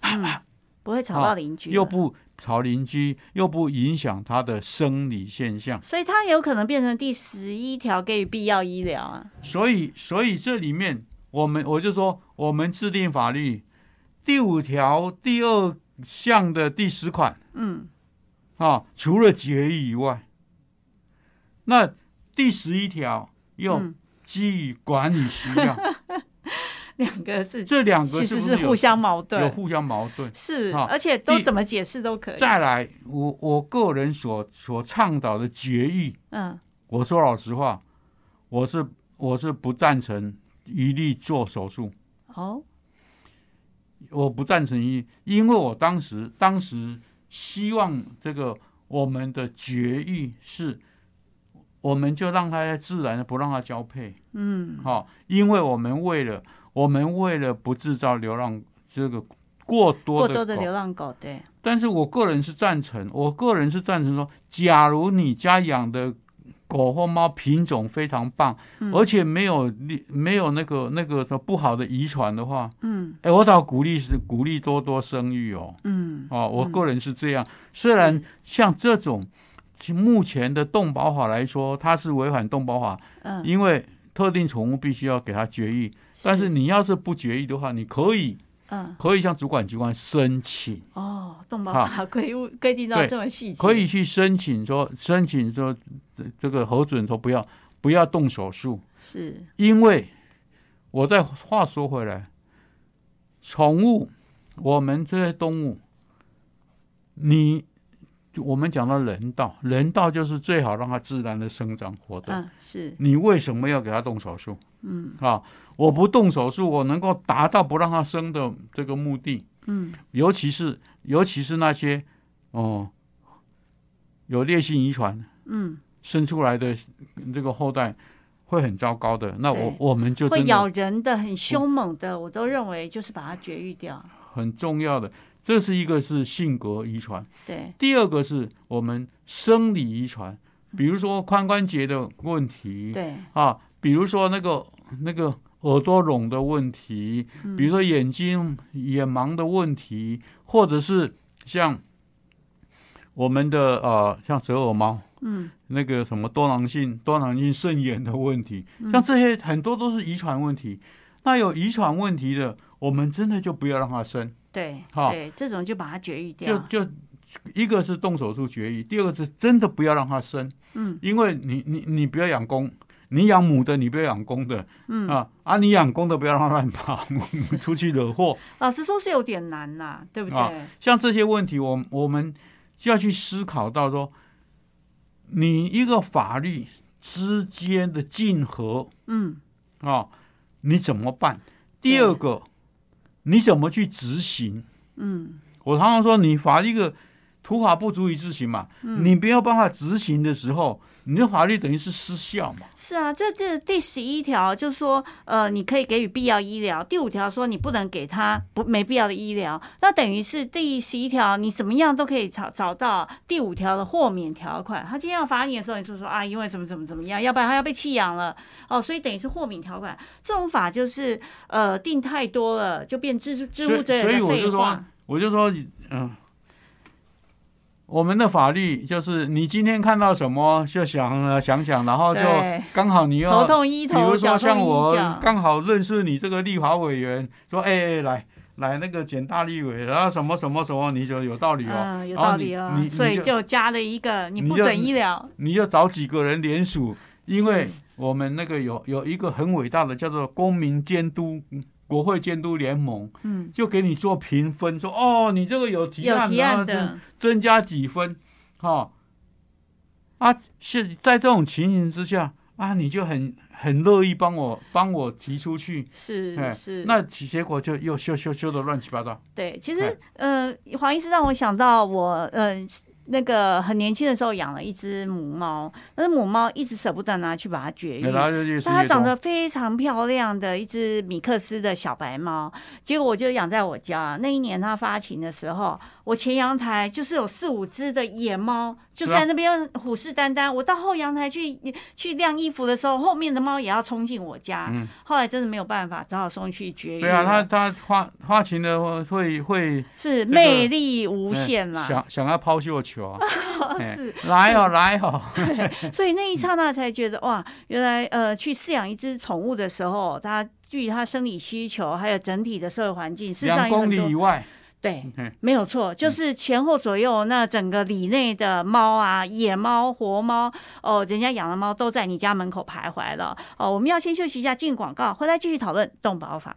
Speaker 2: 嗯，不会吵到邻居了，
Speaker 1: 哦又不吵邻居，又不影响他的生理现象。
Speaker 2: 所以它有可能变成第十一条给予必要医疗啊。
Speaker 1: 所以，所以这里面我们我就说，我们制定法律第五条第二项的第十款
Speaker 2: 嗯，
Speaker 1: 啊，除了决议以外，那第十一条又
Speaker 2: 嗯
Speaker 1: 基于管理需要，
Speaker 2: 两个是
Speaker 1: 这两个
Speaker 2: 嗯其实
Speaker 1: 是不
Speaker 2: 是
Speaker 1: 有
Speaker 2: 互相矛
Speaker 1: 有
Speaker 2: 盾，
Speaker 1: 互相矛盾？
Speaker 2: 是，
Speaker 1: 啊
Speaker 2: 而且都
Speaker 1: 第
Speaker 2: 怎么解释都可以。
Speaker 1: 再来，我我个人所所倡导的决议，
Speaker 2: 嗯，
Speaker 1: 我说老实话，我是我是不赞成一律做手术，
Speaker 2: 哦，
Speaker 1: 我不赞成一律，因为我当时当时希望这个我们的绝育是，我们就让它自然的不让它交配，
Speaker 2: 嗯，
Speaker 1: 哈、因为我们为了我们为了不制造流浪这个过多
Speaker 2: 过
Speaker 1: 的
Speaker 2: 多的
Speaker 1: 狗
Speaker 2: 流浪狗，对，
Speaker 1: 但是我个人是赞成，我个人是赞成说，假如你家养的狗或猫品种非常棒，
Speaker 2: 嗯
Speaker 1: 而且没有利没有那个那个什么不好的遗传的话，
Speaker 2: 嗯
Speaker 1: 哎，我倒鼓励是鼓励多多生育哦。
Speaker 2: 嗯，
Speaker 1: 哦，我
Speaker 2: 嗯
Speaker 1: 个人是这样。虽然
Speaker 2: 是
Speaker 1: 像这种其目前的动保法来说，它是违反动保法，
Speaker 2: 嗯，
Speaker 1: 因为特定宠物必须要给它绝育。但是，你要是不绝育的话，你可以
Speaker 2: 嗯，
Speaker 1: 可以向主管机关申请。
Speaker 2: 哦，动保
Speaker 1: 好
Speaker 2: 法规规定到
Speaker 1: 对
Speaker 2: 这么细节，
Speaker 1: 可以，去申请说申请说这这个核准说不要不要动手术，
Speaker 2: 是，
Speaker 1: 因为我再话说回来，宠物我们这些动物，你我们讲到人道，人道就是最好让它自然的生长活动。
Speaker 2: 嗯，是，
Speaker 1: 你为什么要给它动手术
Speaker 2: 嗯
Speaker 1: 啊？我不动手术，我能够达到不让它生的这个目的。
Speaker 2: 嗯
Speaker 1: 尤其是尤其是那些哦、有烈性遗传
Speaker 2: 嗯，
Speaker 1: 生出来的这个后代会很糟糕的，那我
Speaker 2: 对
Speaker 1: 我们就
Speaker 2: 会
Speaker 1: 真
Speaker 2: 咬
Speaker 1: 的
Speaker 2: 人的，很凶猛的，我都认为就是把它绝育掉，
Speaker 1: 很重要的。这是一个是性格遗传，
Speaker 2: 对，
Speaker 1: 第二个是我们生理遗传，比如说髋关节的问题，
Speaker 2: 对，
Speaker 1: 啊，比如说那个那个耳朵聋的问题，比如说眼睛眼盲的问题，或者是像我们的呃像折耳猫
Speaker 2: 嗯
Speaker 1: 那个什么多囊性多囊性肾炎的问题，像这些很多都是遗传问题。那有遗传问题的，我们真的就不要让它生，
Speaker 2: 对，
Speaker 1: 好
Speaker 2: 对，这种就把它绝育
Speaker 1: 就
Speaker 2: 掉，
Speaker 1: 就。一个是动手术决议，第二个是真的不要让它生，
Speaker 2: 嗯，
Speaker 1: 因为你你你不要养公，你养母的，你不要养公的，
Speaker 2: 嗯，
Speaker 1: 啊啊！你养公的不要让它乱跑，出去惹祸。
Speaker 2: 老实说是有点难呐，对不对
Speaker 1: 啊？像这些问题，我们我们就要去思考到说，你一个法律之间的竞合
Speaker 2: 嗯，
Speaker 1: 啊，你怎么办？第二个，你怎么去执行？
Speaker 2: 嗯，嗯
Speaker 1: 我常常说，你法一个土法不足以自行嘛，你没有办法执行的时候，你的法律等于是失效嘛。
Speaker 2: 是啊，这第第十一条就说，呃，你可以给予必要医疗；第五条说你不能给他不没必要的医疗。那等于是第十一条，你怎么样都可以找找到第五条的豁免条款。他今天要罚你的时候，你就说啊，因为怎么怎么怎么样，要不然他要被弃养了哦。所以等于是豁免条款，这种法就是呃定太多了，就变支支
Speaker 1: 所
Speaker 2: 吾
Speaker 1: 以
Speaker 2: 责
Speaker 1: 所以
Speaker 2: 人的
Speaker 1: 我就
Speaker 2: 废
Speaker 1: 说
Speaker 2: 话。，
Speaker 1: 我就说，嗯，我们的法律就是你今天看到什么就想了想想，然后就
Speaker 2: 对
Speaker 1: 刚好你
Speaker 2: 头
Speaker 1: 又，
Speaker 2: 痛医
Speaker 1: 比
Speaker 2: 头，
Speaker 1: 如
Speaker 2: 脚
Speaker 1: 说像
Speaker 2: 痛医
Speaker 1: 我
Speaker 2: 脚。
Speaker 1: 刚好认识你这个立法委员，说哎哎来来那个简大立委，然后什么什么什么，你就有道理哦，
Speaker 2: 嗯，有
Speaker 1: 然后
Speaker 2: 道
Speaker 1: 你
Speaker 2: 理哦
Speaker 1: 你。你
Speaker 2: 所以
Speaker 1: 就
Speaker 2: 就加了一个，你
Speaker 1: 你
Speaker 2: 不
Speaker 1: 就
Speaker 2: 准医疗，
Speaker 1: 你就找几个人联署，因为
Speaker 2: 是
Speaker 1: 我们那个有有一个很伟大的叫做公民监督。国会监督联盟
Speaker 2: 嗯，
Speaker 1: 就给你做评分，说哦，你这个有提
Speaker 2: 有
Speaker 1: 案，
Speaker 2: 提
Speaker 1: 然
Speaker 2: 案
Speaker 1: 后就
Speaker 2: 的，
Speaker 1: 增加几分，哦，啊，是在这种情形之下啊，你就很很乐意帮我帮我提出去，
Speaker 2: 是
Speaker 1: 哎
Speaker 2: 是。
Speaker 1: 那其结果就又修修修的乱七八糟。
Speaker 2: 对，其
Speaker 1: 哎
Speaker 2: 实呃，黄医师让我想到我呃那个很年轻的时候养了一只母猫，但是母猫一直舍不得拿去把它绝育，
Speaker 1: 哎然后就越是
Speaker 2: 但它
Speaker 1: 越
Speaker 2: 长
Speaker 1: 多
Speaker 2: 得非常漂亮的一只米克斯的小白猫，结果我就养在我家。那一年它发情的时候，我前阳台就是有四五只的野猫，就是
Speaker 1: 啊
Speaker 2: 在那边虎视眈眈。我到后阳台去去晾衣服的时候，后面的猫也要冲进我家。
Speaker 1: 嗯
Speaker 2: 后来真的没有办法，只好送去绝育
Speaker 1: 对
Speaker 2: 了。
Speaker 1: 啊，他他花花情的会会会
Speaker 2: 是
Speaker 1: 个
Speaker 2: 魅力无
Speaker 1: 哎
Speaker 2: 限啦。
Speaker 1: 想想要抛绣球 啊，哎
Speaker 2: 是，
Speaker 1: 来哦来哦，
Speaker 2: 所以那一刹那才
Speaker 1: 嗯
Speaker 2: 觉得哇，原来呃，去饲养一只宠物的时候，它据它生理需求，还有整体的社会环境，事实上
Speaker 1: 两
Speaker 2: 有
Speaker 1: 公
Speaker 2: 很
Speaker 1: 里以
Speaker 2: 多
Speaker 1: 外，
Speaker 2: 对。
Speaker 1: 嗯
Speaker 2: 没有错，就是前后左右那整个里内的猫啊，野猫、活猫哦，人家养的猫都在你家门口徘徊了哦。我们要先休息一下，进广告，回来继续讨论动保法。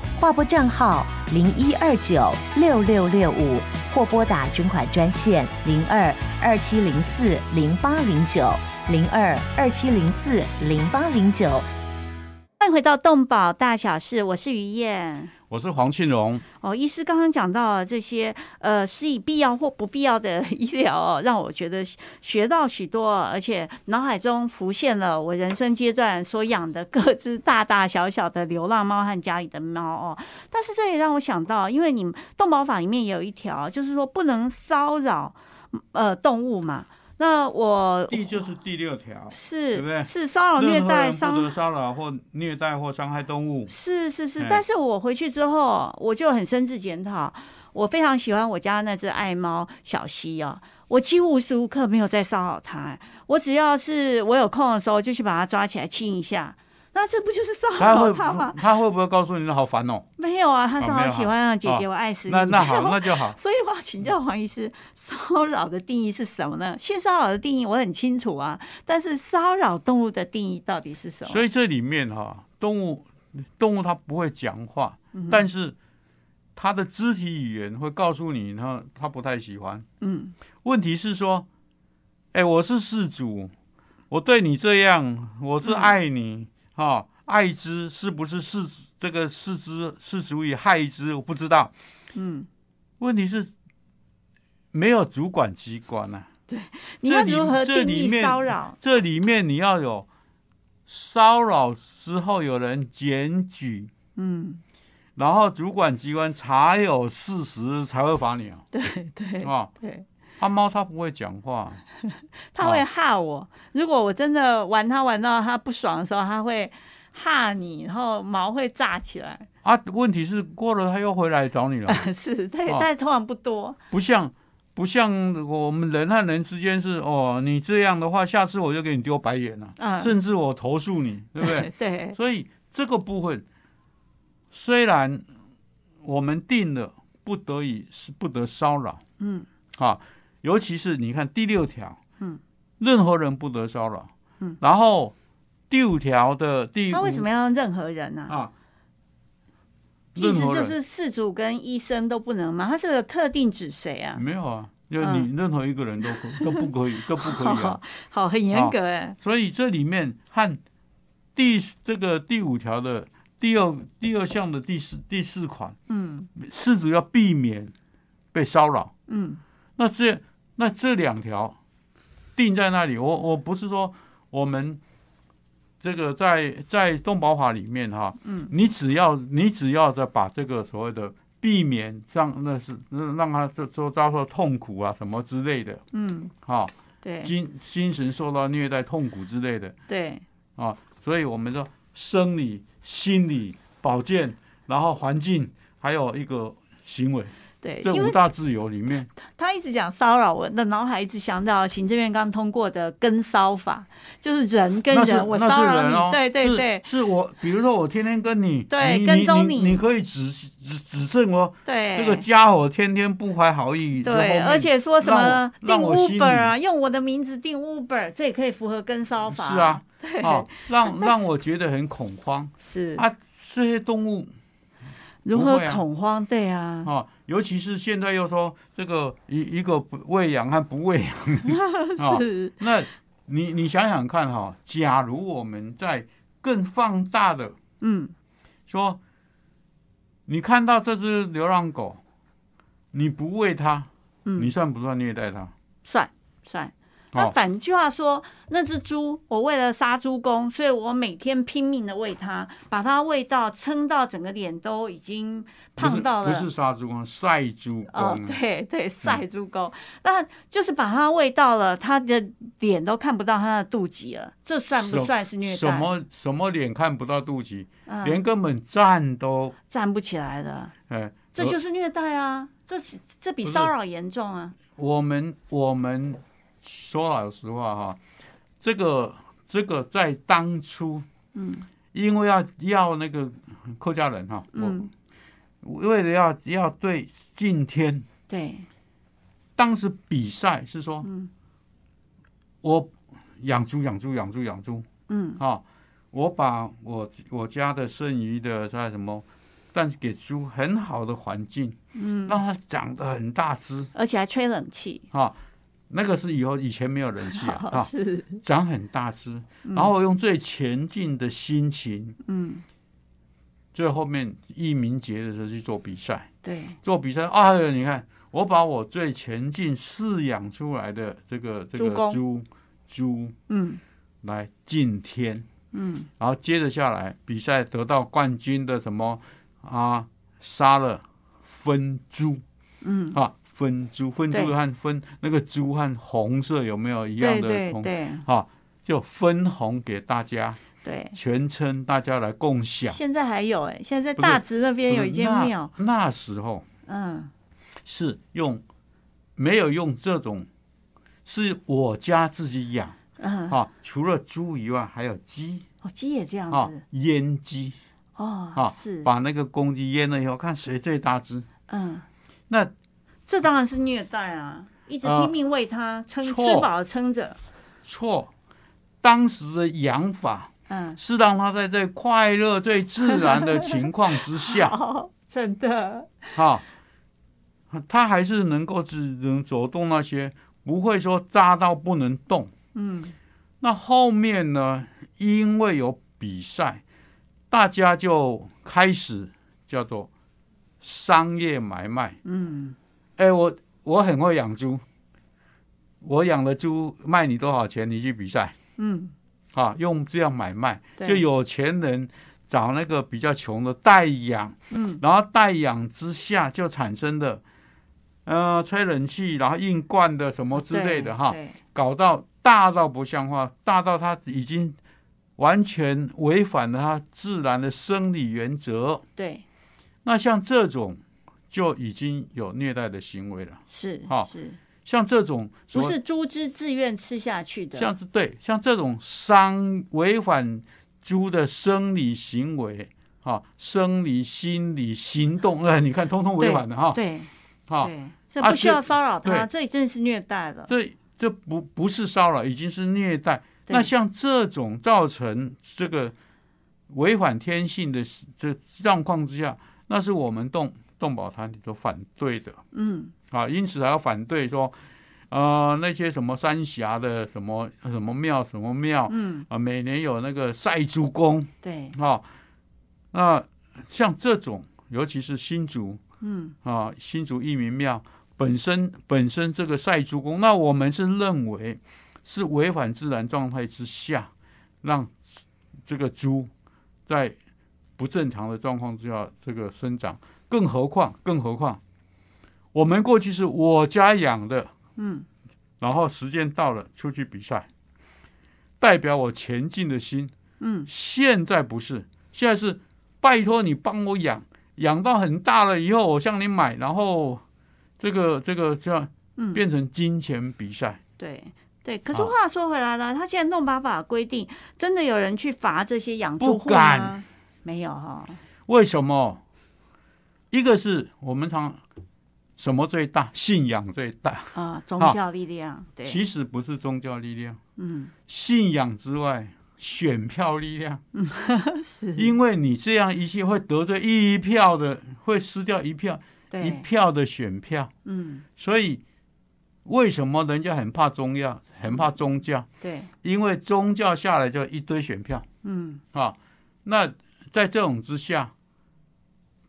Speaker 3: 划拨账号零一二九六六六五，或拨打捐款专线零二二七零四零八零九零二二七零四零八零九。
Speaker 2: 欢迎回到动保大小事，我是于燕。
Speaker 1: 我是黄庆荣，
Speaker 2: 哦，医师刚刚讲到了这些，呃，是以必要或不必要的 医疗、哦，让我觉得学学到许多，而且脑海中浮现了我人生阶段所养的各只大大小小的流浪猫和家里的猫哦。但是这也让我想到，因为你们动保法里面也有一条，就是说不能骚扰呃动物嘛。那我
Speaker 1: 第就是第六条，
Speaker 2: 是
Speaker 1: 对不对
Speaker 2: 是骚扰、
Speaker 1: 任何
Speaker 2: 哦虐
Speaker 1: 人
Speaker 2: 待、
Speaker 1: 不
Speaker 2: 伤
Speaker 1: 得骚扰或虐待或伤害动物。
Speaker 2: 是是是
Speaker 1: 哎，
Speaker 2: 但是我回去之后，我就很深自检讨。我非常喜欢我家那只爱猫小西啊，我几乎无时无刻没有在骚扰它、哎我只要是我有空的时候，就去把它抓起来亲一下。那这不就是骚
Speaker 1: 他
Speaker 2: 扰
Speaker 1: 会
Speaker 2: 它吗？
Speaker 1: 他会不会告诉你好烦哦？
Speaker 2: 没有啊，它说
Speaker 1: 哦没
Speaker 2: 好
Speaker 1: 有
Speaker 2: 喜欢啊，姐姐，
Speaker 1: 哦
Speaker 2: 我爱死你。
Speaker 1: 那那好，那就好。
Speaker 2: 所以我要请教黄医师， 骚扰的定义是什么呢？性骚扰的定义我很清楚啊，但是骚扰动物的定义到底是什么？
Speaker 1: 所以这里面哈、动物动物它不会讲话，
Speaker 2: 嗯
Speaker 1: 但是它的肢体语言会告诉你它它不太喜欢。
Speaker 2: 嗯，
Speaker 1: 问题是说，哎，我是事主，我对你这样，我是爱
Speaker 2: 嗯
Speaker 1: 你哈、爱之是不是是这个是之是足以害之？我不知道。
Speaker 2: 嗯，
Speaker 1: 问题是没有主管机关呐、
Speaker 2: 你要
Speaker 1: 这里
Speaker 2: 如何
Speaker 1: 这
Speaker 2: 定
Speaker 1: 里
Speaker 2: 义
Speaker 1: 面
Speaker 2: 骚扰？
Speaker 1: 这里面你要有骚扰之后有人检举，
Speaker 2: 嗯，
Speaker 1: 然后主管机关查有事实才会罚你啊。
Speaker 2: 对对
Speaker 1: 啊，
Speaker 2: 对。
Speaker 1: 阿猫它不会讲话，
Speaker 2: 他会吓我。如果我真的玩他玩到他不爽的时候，他会吓你，然后毛会炸起来。
Speaker 1: 啊，问题是过了它又回来找你了，
Speaker 2: 是，但
Speaker 1: 哦
Speaker 2: 但通常不多。
Speaker 1: 不像不像我们人和人之间是哦，你这样的话，下次我就给你丢白眼了，
Speaker 2: 嗯
Speaker 1: 甚至我投诉你，对不对？
Speaker 2: 对，
Speaker 1: 所以这个部分虽然我们定了不得已是不得骚扰
Speaker 2: 嗯
Speaker 1: 啊，尤其是你看第六条，
Speaker 2: 嗯，
Speaker 1: 任何人不得骚扰，
Speaker 2: 嗯，
Speaker 1: 然后第五条的第
Speaker 2: 他为什
Speaker 1: 五
Speaker 2: 么要用任何人呢、
Speaker 1: 啊？
Speaker 2: 意
Speaker 1: 任
Speaker 2: 思就
Speaker 1: 何人
Speaker 2: 是事主跟医生都不能吗？他是有特定指谁啊？
Speaker 1: 没有啊，就
Speaker 2: 嗯
Speaker 1: 你任何一个人都可、 都不可以，都不可以啊
Speaker 2: 好。好，很严格哎、
Speaker 1: 所以这里面和第这个第五条的第二第二项的第四第四款，
Speaker 2: 嗯
Speaker 1: 事主要避免被骚扰。
Speaker 2: 嗯
Speaker 1: 那这那这两条定在那里，我我不是说我们这个在在动保法里面哈，
Speaker 2: 嗯，
Speaker 1: 你只要你只要再把这个所谓的避免让那是那让他就就遭受痛苦啊什么之类的，
Speaker 2: 嗯，
Speaker 1: 哈、
Speaker 2: 对
Speaker 1: 精精神受到虐待、痛苦之类的，
Speaker 2: 对，
Speaker 1: 啊，所以我们说生理、心理、保健，然后环境，还有一个行为，
Speaker 2: 对，
Speaker 1: 这
Speaker 2: 因
Speaker 1: 五
Speaker 2: 为
Speaker 1: 大自由里面，
Speaker 2: 他一直讲骚扰，我的脑海一直想到行政院刚通过的跟骚法，就是人跟
Speaker 1: 那是
Speaker 2: 人，我
Speaker 1: 那
Speaker 2: 骚
Speaker 1: 是
Speaker 2: 扰
Speaker 1: 人
Speaker 2: 你，
Speaker 1: 哦，
Speaker 2: 对对
Speaker 1: 是
Speaker 2: 对
Speaker 1: 是我，比如说我天天跟你，
Speaker 2: 对
Speaker 1: 你
Speaker 2: 跟踪
Speaker 1: 你
Speaker 2: 你
Speaker 1: 你可以指指指证哦，
Speaker 2: 对，
Speaker 1: 这个家伙天天不怀好意，在后
Speaker 2: 对，
Speaker 1: 面
Speaker 2: 而且说什么订
Speaker 1: 让我让我心里
Speaker 2: Uber 啊，用我的名字订 Uber，这也可以符合跟骚法。
Speaker 1: 是啊，，
Speaker 2: 对，
Speaker 1: 啊，让让我觉得很恐慌
Speaker 2: 是
Speaker 1: 啊，这些动物
Speaker 2: 如
Speaker 1: 不
Speaker 2: 何
Speaker 1: 会啊
Speaker 2: 恐慌？对啊，
Speaker 1: 啊，尤其是现在又说这个一一个不喂养和 不喂养，啊
Speaker 2: 是，
Speaker 1: 那你你想想看哈、假如我们在更放大的
Speaker 2: 嗯，
Speaker 1: 说，你看到这只流浪狗，你不喂它，
Speaker 2: 嗯
Speaker 1: 你算不算虐待它？
Speaker 2: 算算。那
Speaker 1: 哦
Speaker 2: 反句话说，那只猪，我为了杀猪公，所以我每天拼命的喂它，把它喂到撑到整个脸都已经
Speaker 1: 不是
Speaker 2: 胖到了。
Speaker 1: 不是杀猪公，晒猪公啊、
Speaker 2: 哦，对对，晒猪公，那就是把它喂到了，它的脸都看不到它的肚脐了，这算不
Speaker 1: 什
Speaker 2: 算是虐待？
Speaker 1: 什么什么脸看不到肚脐，
Speaker 2: 嗯
Speaker 1: 连根本站都，
Speaker 2: 站不起来了，
Speaker 1: 哎，
Speaker 2: 这
Speaker 1: 我
Speaker 2: 就是虐待啊！这是这比
Speaker 1: 不是
Speaker 2: 骚扰严重啊！
Speaker 1: 我们我们说老实话哈，这个这个在当初，
Speaker 2: 嗯，
Speaker 1: 因为要要那个客家人哈，我
Speaker 2: 嗯，
Speaker 1: 为了要要对敬天，
Speaker 2: 对，
Speaker 1: 当时比赛是说，
Speaker 2: 嗯
Speaker 1: 我养猪养猪养猪养猪
Speaker 2: 嗯
Speaker 1: 啊，我把我我家的剩余的在什么，但是给猪很好的环境，
Speaker 2: 嗯，
Speaker 1: 让它长得很大只
Speaker 2: 而且还吹冷气，
Speaker 1: 啊。那个是以后以前没有人气 啊，啊，
Speaker 2: 是，
Speaker 1: 长很大只，然后我用最前进的心情，
Speaker 2: 嗯，
Speaker 1: 最后面一鸣节的时候去做比赛，
Speaker 2: 对，
Speaker 1: 做比赛，哎呦，你看，我把我最前进饲养出来的这个这
Speaker 2: 猪
Speaker 1: 个
Speaker 2: 公
Speaker 1: 猪猪
Speaker 2: 嗯
Speaker 1: 来敬天，
Speaker 2: 嗯
Speaker 1: 然后接着下来比赛得到冠军的什么啊，杀了分猪
Speaker 2: 嗯，
Speaker 1: 啊，分猪，分猪
Speaker 2: 对
Speaker 1: 和分那个猪和红色有没有一样
Speaker 2: 对
Speaker 1: 的
Speaker 2: 对
Speaker 1: 同？
Speaker 2: 对
Speaker 1: 啊，就分红给大家，
Speaker 2: 对。
Speaker 1: 全称大家来共享。
Speaker 2: 现在还有哎、现在在
Speaker 1: 不是嗯
Speaker 2: 大直那边有一间
Speaker 1: 那
Speaker 2: 庙，
Speaker 1: 那时候
Speaker 2: 嗯，
Speaker 1: 是用没有用这种，是我家自己养
Speaker 2: 嗯，
Speaker 1: 啊，除了猪以外还有鸡
Speaker 2: 哦，鸡也这样
Speaker 1: 啊
Speaker 2: 子，，
Speaker 1: 阉鸡啊
Speaker 2: 哦，，是，
Speaker 1: 把那个公鸡阉了以后，看谁最大只。
Speaker 2: 嗯，
Speaker 1: 那
Speaker 2: 这当然是虐待啊，一直
Speaker 1: 啊
Speaker 2: 拼命喂它，撑吃
Speaker 1: 错
Speaker 2: 饱了撑着，
Speaker 1: 错，当时的养法
Speaker 2: 嗯，
Speaker 1: 是让它在最快乐、最自然的情况 之下，
Speaker 2: 哦，真的，
Speaker 1: 哈、它还是能够只能走动那些，不会说扎到不能动。
Speaker 2: 嗯
Speaker 1: 那后面呢，因为有比赛，大家就开始叫做商业买卖。
Speaker 2: 嗯，
Speaker 1: 哎，我我很会养猪，我养的猪卖你多少钱，你去比赛
Speaker 2: 嗯，
Speaker 1: 啊，用这样买卖，
Speaker 2: 对
Speaker 1: 就有钱人找那个比较穷的代养，
Speaker 2: 嗯，
Speaker 1: 然后代养之下就产生的，呃，吹冷气，然后硬灌的什么之类的
Speaker 2: 对
Speaker 1: 哈，
Speaker 2: 对
Speaker 1: 搞到大到不像话，大到它已经完全违反了它自然的生理原则。
Speaker 2: 对，
Speaker 1: 那像这种就已经有虐待的行为了。
Speaker 2: 是
Speaker 1: 好
Speaker 2: 是，
Speaker 1: 像这种
Speaker 2: 不
Speaker 1: 所
Speaker 2: 是猪只自愿吃下去的，
Speaker 1: 像是对像这种伤违反猪的生理行为啊，生理、心理、行动，哎，你看，通通违反的哈。
Speaker 2: 对
Speaker 1: 哈，
Speaker 2: 对，这
Speaker 1: 啊
Speaker 2: 不需要
Speaker 1: 这
Speaker 2: 骚扰他，
Speaker 1: 对
Speaker 2: 这里真的是虐待了。
Speaker 1: 这这不不是骚扰，已经是虐待。
Speaker 2: 对
Speaker 1: 那像这种造成这个违反天性的这状况之下，那是我们动动保团体所反对的
Speaker 2: 嗯，
Speaker 1: 啊，因此还要反对说，呃，那些什么三峡的什么什么庙什么庙，
Speaker 2: 嗯，
Speaker 1: 啊，每年有那个晒猪公
Speaker 2: 对，
Speaker 1: 啊，那像这种，尤其是新竹
Speaker 2: 嗯，
Speaker 1: 啊，新竹义民庙本身本身这个晒猪公，那我们是认为是违反自然状态之下，让这个猪在不正常的状况之下这个生长，更何况更何况，我们过去是我家养的，
Speaker 2: 嗯，
Speaker 1: 然后时间到了出去比赛，代表我前进的心，
Speaker 2: 嗯，
Speaker 1: 现在不是，现在是拜托你帮我养，养到很大了以后，我向你买，然后这个这个这样
Speaker 2: 嗯
Speaker 1: 变成金钱比赛，
Speaker 2: 对。对，可是
Speaker 1: 啊
Speaker 2: 话说回来了，他现在弄把法规定，真的有人去罚这些养猪
Speaker 1: 不
Speaker 2: 户
Speaker 1: 敢
Speaker 2: 吗？没有哈、
Speaker 1: 为什么？一个是我们常什么最大，信仰最大，
Speaker 2: 啊，宗
Speaker 1: 好
Speaker 2: 教力量，对，
Speaker 1: 其实不是宗教力量，
Speaker 2: 嗯，
Speaker 1: 信仰之外，选票力量。
Speaker 2: 是，
Speaker 1: 因为你这样一切会得罪一票的，会失掉一票一
Speaker 2: 对，
Speaker 1: 票的选票，
Speaker 2: 嗯，
Speaker 1: 所以为什么人家很怕中药，很怕宗教？
Speaker 2: 对，
Speaker 1: 因为宗教下来就一堆选票
Speaker 2: 嗯，
Speaker 1: 啊。那在这种之下，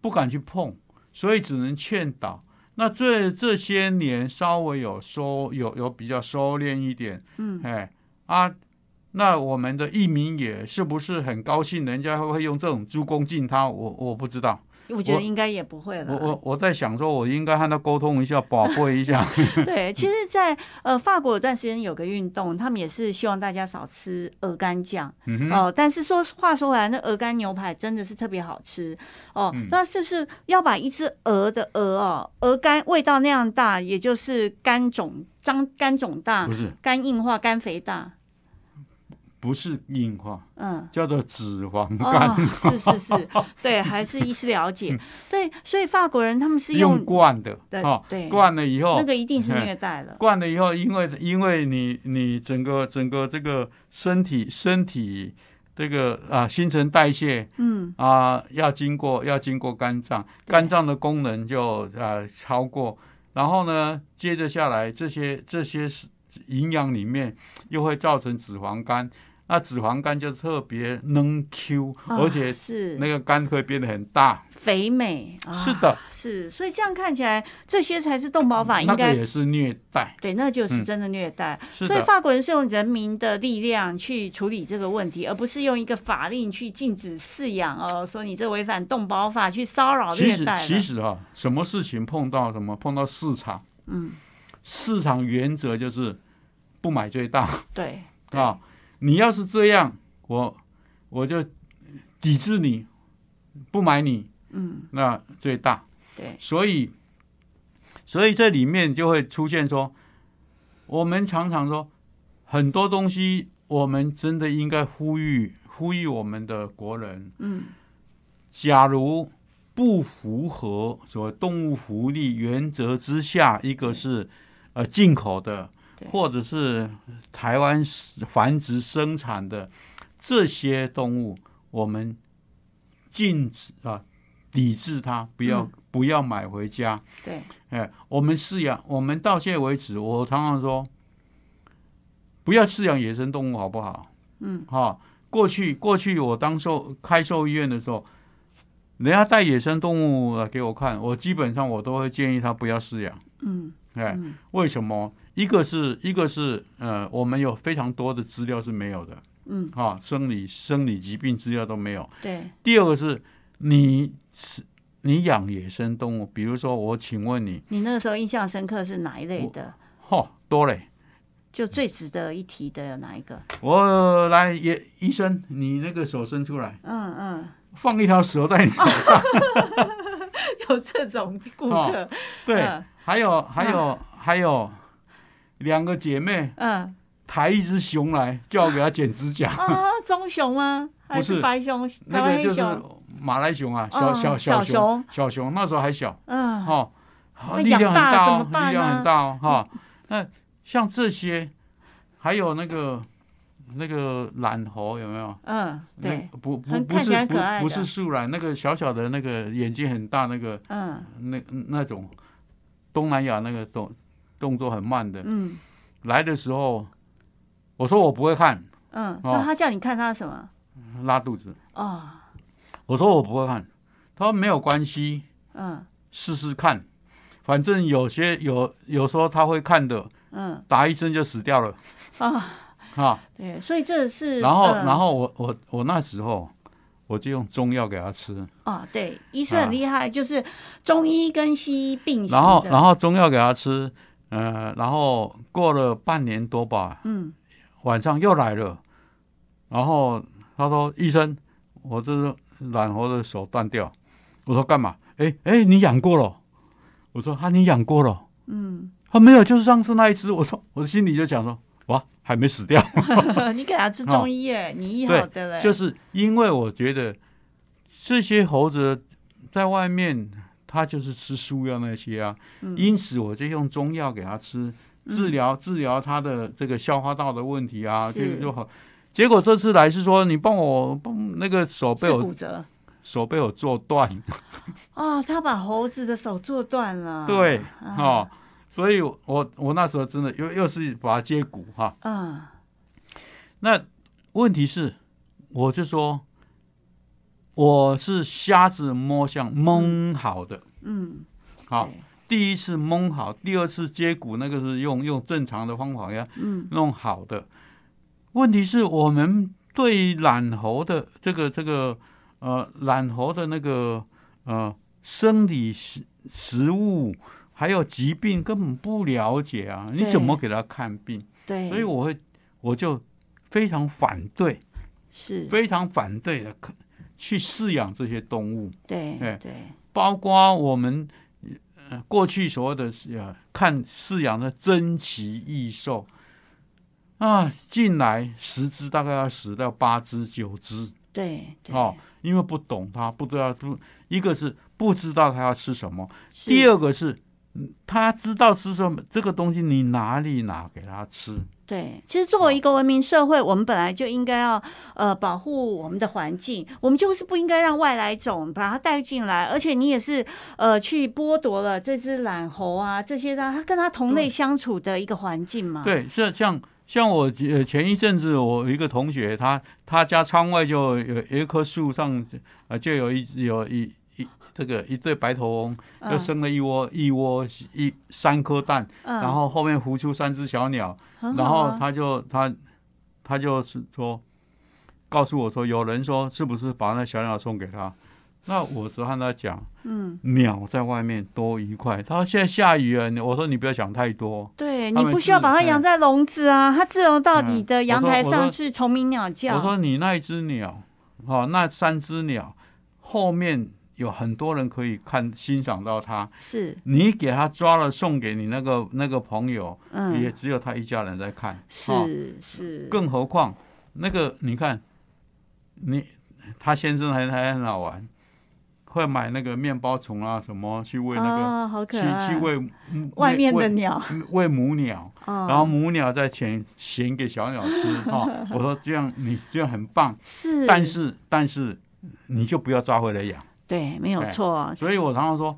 Speaker 1: 不敢去碰，所以只能劝导。那这这些年稍微有收有有比较收敛一点，
Speaker 2: 嗯，
Speaker 1: 哎啊，那我们的艺民也是不是很高兴？人家会不会用这种猪公进他？我我不知道，
Speaker 2: 我觉得
Speaker 1: 我
Speaker 2: 应该也不会了。
Speaker 1: 我我我在想说，我应该和他沟通一下， 保卫一下。
Speaker 2: 对，其实在，呃法国有段时间有个运动，他们也是希望大家少吃鹅肝酱
Speaker 1: 嗯哼，
Speaker 2: 哦、但是说话说回来，那鹅肝牛排真的是特别好吃哦、
Speaker 1: 嗯
Speaker 2: 那就是要把一只鹅的鹅哦，鹅肝味道那样大，也就是肝肿张肝肿大
Speaker 1: 不，是
Speaker 2: 肝硬化、肝肥大，
Speaker 1: 不是硬化，
Speaker 2: 嗯。
Speaker 1: 叫做脂肪肝， 嗯
Speaker 2: 哦，是是是，对，还是医师了解，对，所以法国人他们是
Speaker 1: 用
Speaker 2: 用
Speaker 1: 灌的，
Speaker 2: 对
Speaker 1: 哦
Speaker 2: 对
Speaker 1: 灌了以后，
Speaker 2: 那个一定是
Speaker 1: 嗯
Speaker 2: 虐待 了，
Speaker 1: 灌了以后，因为因为你你整个整个这个身体身体这个啊新陈代谢
Speaker 2: 嗯，
Speaker 1: 啊、要经过要经过肝脏，
Speaker 2: 对
Speaker 1: 肝脏的功能就啊超过，然后呢接着下来这些这些是营养里面又会造成脂肪肝，那脂肪肝就特别能 Q，、
Speaker 2: 啊
Speaker 1: 而且
Speaker 2: 是
Speaker 1: 那个肝会变得很大，
Speaker 2: 肥美，啊、
Speaker 1: 是的，
Speaker 2: 是，所以这样看起来，这些才是动保法应
Speaker 1: 那
Speaker 2: 该、
Speaker 1: 个也是虐待，
Speaker 2: 对，那就是
Speaker 1: 嗯
Speaker 2: 真的虐待。
Speaker 1: 是
Speaker 2: 所以
Speaker 1: 的。
Speaker 2: 法国人是用人民的力量去处理这个问题，而不是用一个法令去禁止饲养哦，说你这违反动保法去骚扰
Speaker 1: 其
Speaker 2: 虐
Speaker 1: 实
Speaker 2: 待
Speaker 1: 其
Speaker 2: 了。
Speaker 1: 实哈、什么事情碰到什么碰到市场，
Speaker 2: 嗯，
Speaker 1: 市场原则就是不买最大
Speaker 2: 对，
Speaker 1: 啊。你要是这样，我我就抵制你，不买你，
Speaker 2: 嗯，
Speaker 1: 那最大。
Speaker 2: 对，
Speaker 1: 所以所以这里面就会出现说，我们常常说很多东西，我们真的应该呼吁呼吁我们的国人，
Speaker 2: 嗯，
Speaker 1: 假如不符合所谓动物福利原则之下，一个是呃进口的
Speaker 2: 对，
Speaker 1: 或者是台湾繁殖生产的这些动物，我们禁止啊，抵制它，不要、
Speaker 2: 嗯
Speaker 1: 不要买回家。
Speaker 2: 对，
Speaker 1: 哎，我们饲养，我们到现在为止，我常常说，不要饲养野生动物，好不好？
Speaker 2: 嗯，
Speaker 1: 哈、过去过去我当兽开兽医院的时候，人家带野生动物来给我看，我基本上我都会建议他不要饲养。
Speaker 2: 嗯，
Speaker 1: 哎，
Speaker 2: 嗯
Speaker 1: 为什么？一个是一个是呃，我们有非常多的资料是没有的，
Speaker 2: 嗯，
Speaker 1: 哈、生理生理疾病资料都没有。
Speaker 2: 对，
Speaker 1: 第二个是你是你养野生动物，比如说我请问你，
Speaker 2: 你那个时候印象深刻是哪一类
Speaker 1: 我
Speaker 2: 的？
Speaker 1: 嚯、多嘞。
Speaker 2: 就最值得一提的有哪一个？
Speaker 1: 我来也医 生，你那个手伸出来，
Speaker 2: 嗯嗯，
Speaker 1: 放一条蛇在你。
Speaker 2: 有这种顾客，
Speaker 1: 对
Speaker 2: 嗯，
Speaker 1: 还有还有还有两个姐妹
Speaker 2: 嗯
Speaker 1: 抬一只熊来，叫我给她剪 指甲，
Speaker 2: 啊，棕熊吗？还
Speaker 1: 不是
Speaker 2: 白熊？台
Speaker 1: 那
Speaker 2: 湾
Speaker 1: 个
Speaker 2: 黑
Speaker 1: 就是
Speaker 2: 熊？
Speaker 1: 马来熊啊，小
Speaker 2: 嗯
Speaker 1: 小
Speaker 2: 小
Speaker 1: 熊
Speaker 2: 熊，
Speaker 1: 小熊那时候还小，
Speaker 2: 嗯，
Speaker 1: 哦，
Speaker 2: 那
Speaker 1: 力
Speaker 2: 养
Speaker 1: 量很
Speaker 2: 大
Speaker 1: 大
Speaker 2: 怎
Speaker 1: 哦
Speaker 2: 么，办
Speaker 1: 力量很
Speaker 2: 呢嗯
Speaker 1: 大哦，哈。那像这些，还有那个那个懒猴有没有？
Speaker 2: 嗯，
Speaker 1: 那
Speaker 2: 对，
Speaker 1: 不不
Speaker 2: 很
Speaker 1: 不
Speaker 2: 看起
Speaker 1: 是
Speaker 2: 来
Speaker 1: 不
Speaker 2: 很可爱
Speaker 1: 不
Speaker 2: 的
Speaker 1: 是树懒，那个小小的那个眼睛很大那个
Speaker 2: 嗯
Speaker 1: 那那种东南亚那个动动作很慢的，
Speaker 2: 嗯
Speaker 1: 来的时候，我说我不会看
Speaker 2: 嗯，
Speaker 1: 哦
Speaker 2: 那他叫你看他什么？
Speaker 1: 拉肚子，
Speaker 2: 哦，
Speaker 1: 我说我不会看，他说没有关系，
Speaker 2: 嗯
Speaker 1: 试试看，反正有些有有时候他会看的，
Speaker 2: 嗯
Speaker 1: 打一针就死掉了
Speaker 2: 啊，
Speaker 1: 啊。
Speaker 2: 对，所以这是
Speaker 1: 然后
Speaker 2: 嗯
Speaker 1: 然后我我我那时候我就用中药给他吃，
Speaker 2: 啊，对，医生很厉害，就是中医跟西医并行的。
Speaker 1: 然后然后中药给他吃，呃，然后过了半年多吧，
Speaker 2: 嗯
Speaker 1: 晚上又来了，然后他说：“医生，我这是染猴的手断掉。”我说：“干嘛？”哎哎，你养过了？我说：“啊，你养过了
Speaker 2: 嗯，？”
Speaker 1: 他没有，就是上次那一只。我说，我心里就想说，哇，还没死掉。
Speaker 2: 你给他吃中医耶，你医好的嘞，
Speaker 1: 哦就是因为我觉得这些猴子在外面，它就是吃输药那些啊，
Speaker 2: 嗯
Speaker 1: 因此我就用中药给它吃，治疗、治疗它的这个消化道的问题啊，这个
Speaker 2: 是
Speaker 1: 就好。结果这次来是说，你帮我帮那个手被
Speaker 2: 是
Speaker 1: 我
Speaker 2: 骨折
Speaker 1: 手被我做断，
Speaker 2: 哦，他把猴子的手做断了。
Speaker 1: 对，
Speaker 2: 啊
Speaker 1: 哦，所以我我那时候真的又又是把它接骨哈、
Speaker 2: 嗯
Speaker 1: 那问题是，我就说我是瞎子摸象蒙好的，
Speaker 2: 嗯，
Speaker 1: 好
Speaker 2: 对，
Speaker 1: 第一次蒙好，第二次接骨那个是用用正常的方法呀
Speaker 2: 嗯
Speaker 1: 弄好的。问题是我们对懒猴的这个这个呃懒猴的那个呃生理食食物还有疾病根本不了解啊，你
Speaker 2: 对
Speaker 1: 怎么给他看病？
Speaker 2: 对，
Speaker 1: 所以我会我就非常反对。
Speaker 2: 是
Speaker 1: 非常反对的可去饲养这些动物，
Speaker 2: 对
Speaker 1: 哎
Speaker 2: 对
Speaker 1: 包括我们呃过去所谓的呃看饲养的珍奇异兽啊，进来十只大概要十到八只九只
Speaker 2: 对对。
Speaker 1: 哦，因为不懂它，不知道不一个是不知道它要吃什么，
Speaker 2: 是
Speaker 1: 第二个是。嗯它知道吃什么，这个东西你哪里拿给它吃？
Speaker 2: 对，其实作为一个文明社会，我们本来就应该要呃保护我们的环境，我们就是不应该让外来种把它带进来，而且你也是呃去剥夺了这只懒猴啊这些让它跟它同类相处的一个环境嘛。，
Speaker 1: 对，这像像我呃前一阵子我有一个同学，他他家窗外就有有一棵树上呃就有一有一一这个一对白头翁，就
Speaker 2: 嗯
Speaker 1: 生了一窝一窝一三颗蛋，
Speaker 2: 嗯，
Speaker 1: 然后后面孵出三只小鸟，
Speaker 2: 很
Speaker 1: 然
Speaker 2: 好
Speaker 1: 后
Speaker 2: 啊
Speaker 1: 他就他他就是说告诉我说，有人说是不是把那小鸟送给他？那我就和他讲，
Speaker 2: 嗯，
Speaker 1: 鸟在外面多愉快。他说现在下雨了，你我说你不要想太多。
Speaker 2: 对
Speaker 1: 他
Speaker 2: 你
Speaker 1: 们
Speaker 2: 不需要
Speaker 1: 自
Speaker 2: 把它养
Speaker 1: 哎
Speaker 2: 在笼子啊，它自由到
Speaker 1: 嗯
Speaker 2: 你的阳
Speaker 1: 我说
Speaker 2: 台
Speaker 1: 我
Speaker 2: 上
Speaker 1: 说
Speaker 2: 去虫鸣鸟叫。
Speaker 1: 我说你那一只鸟，哦，那三只鸟后面有很多人可以看欣赏到它。
Speaker 2: 是，
Speaker 1: 你给它抓了送给你那个那个朋友，也
Speaker 2: 嗯，
Speaker 1: 只有他一家人在看。哦
Speaker 2: 是是，
Speaker 1: 更何况那个你看，你他先生还还很好玩，会买那个面包虫啊什么去喂那个、
Speaker 2: 啊，好可
Speaker 1: 去
Speaker 2: 爱，
Speaker 1: 去喂嗯
Speaker 2: 外面的
Speaker 1: 喂
Speaker 2: 鸟，
Speaker 1: 喂母鸟。
Speaker 2: 嗯
Speaker 1: 然后母鸟再衔衔给小 鸟吃哈、我说这样你这样很棒，
Speaker 2: 是，
Speaker 1: 但是但是你就不要抓回来养。
Speaker 2: 对，没有
Speaker 1: 哎
Speaker 2: 错，
Speaker 1: 所以我常常说，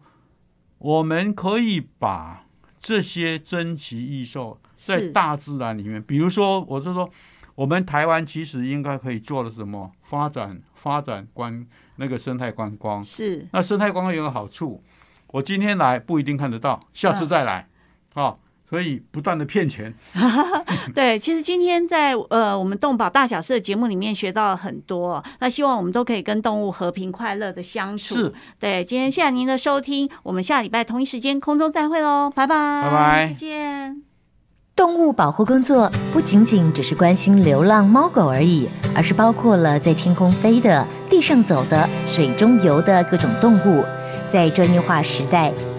Speaker 1: 我们可以把这些珍奇异兽在
Speaker 2: 是
Speaker 1: 大自然里面，比如说，我就说，我们台湾其实应该可以做的是什么？发展发展观那个生态观光。
Speaker 2: 是
Speaker 1: 那生态观光有个好处，我今天来不一定看得到，下次
Speaker 2: 嗯
Speaker 1: 再来，哦，所以不断的骗钱。
Speaker 2: 对。其实今天在呃我们动保大小事的节目里面学到了很多，那希望我们都可以跟动物和平快乐的相处。
Speaker 1: 是，
Speaker 2: 对。今天谢谢您的收听，我们下礼拜同一时间空中再会喽，拜拜，
Speaker 1: 拜拜
Speaker 2: 再见。
Speaker 3: 动物保护工作不仅仅只是关心流浪猫狗而已，而是包括了在天空飞的、地上走的、水中游的各种动物。在专业化时代，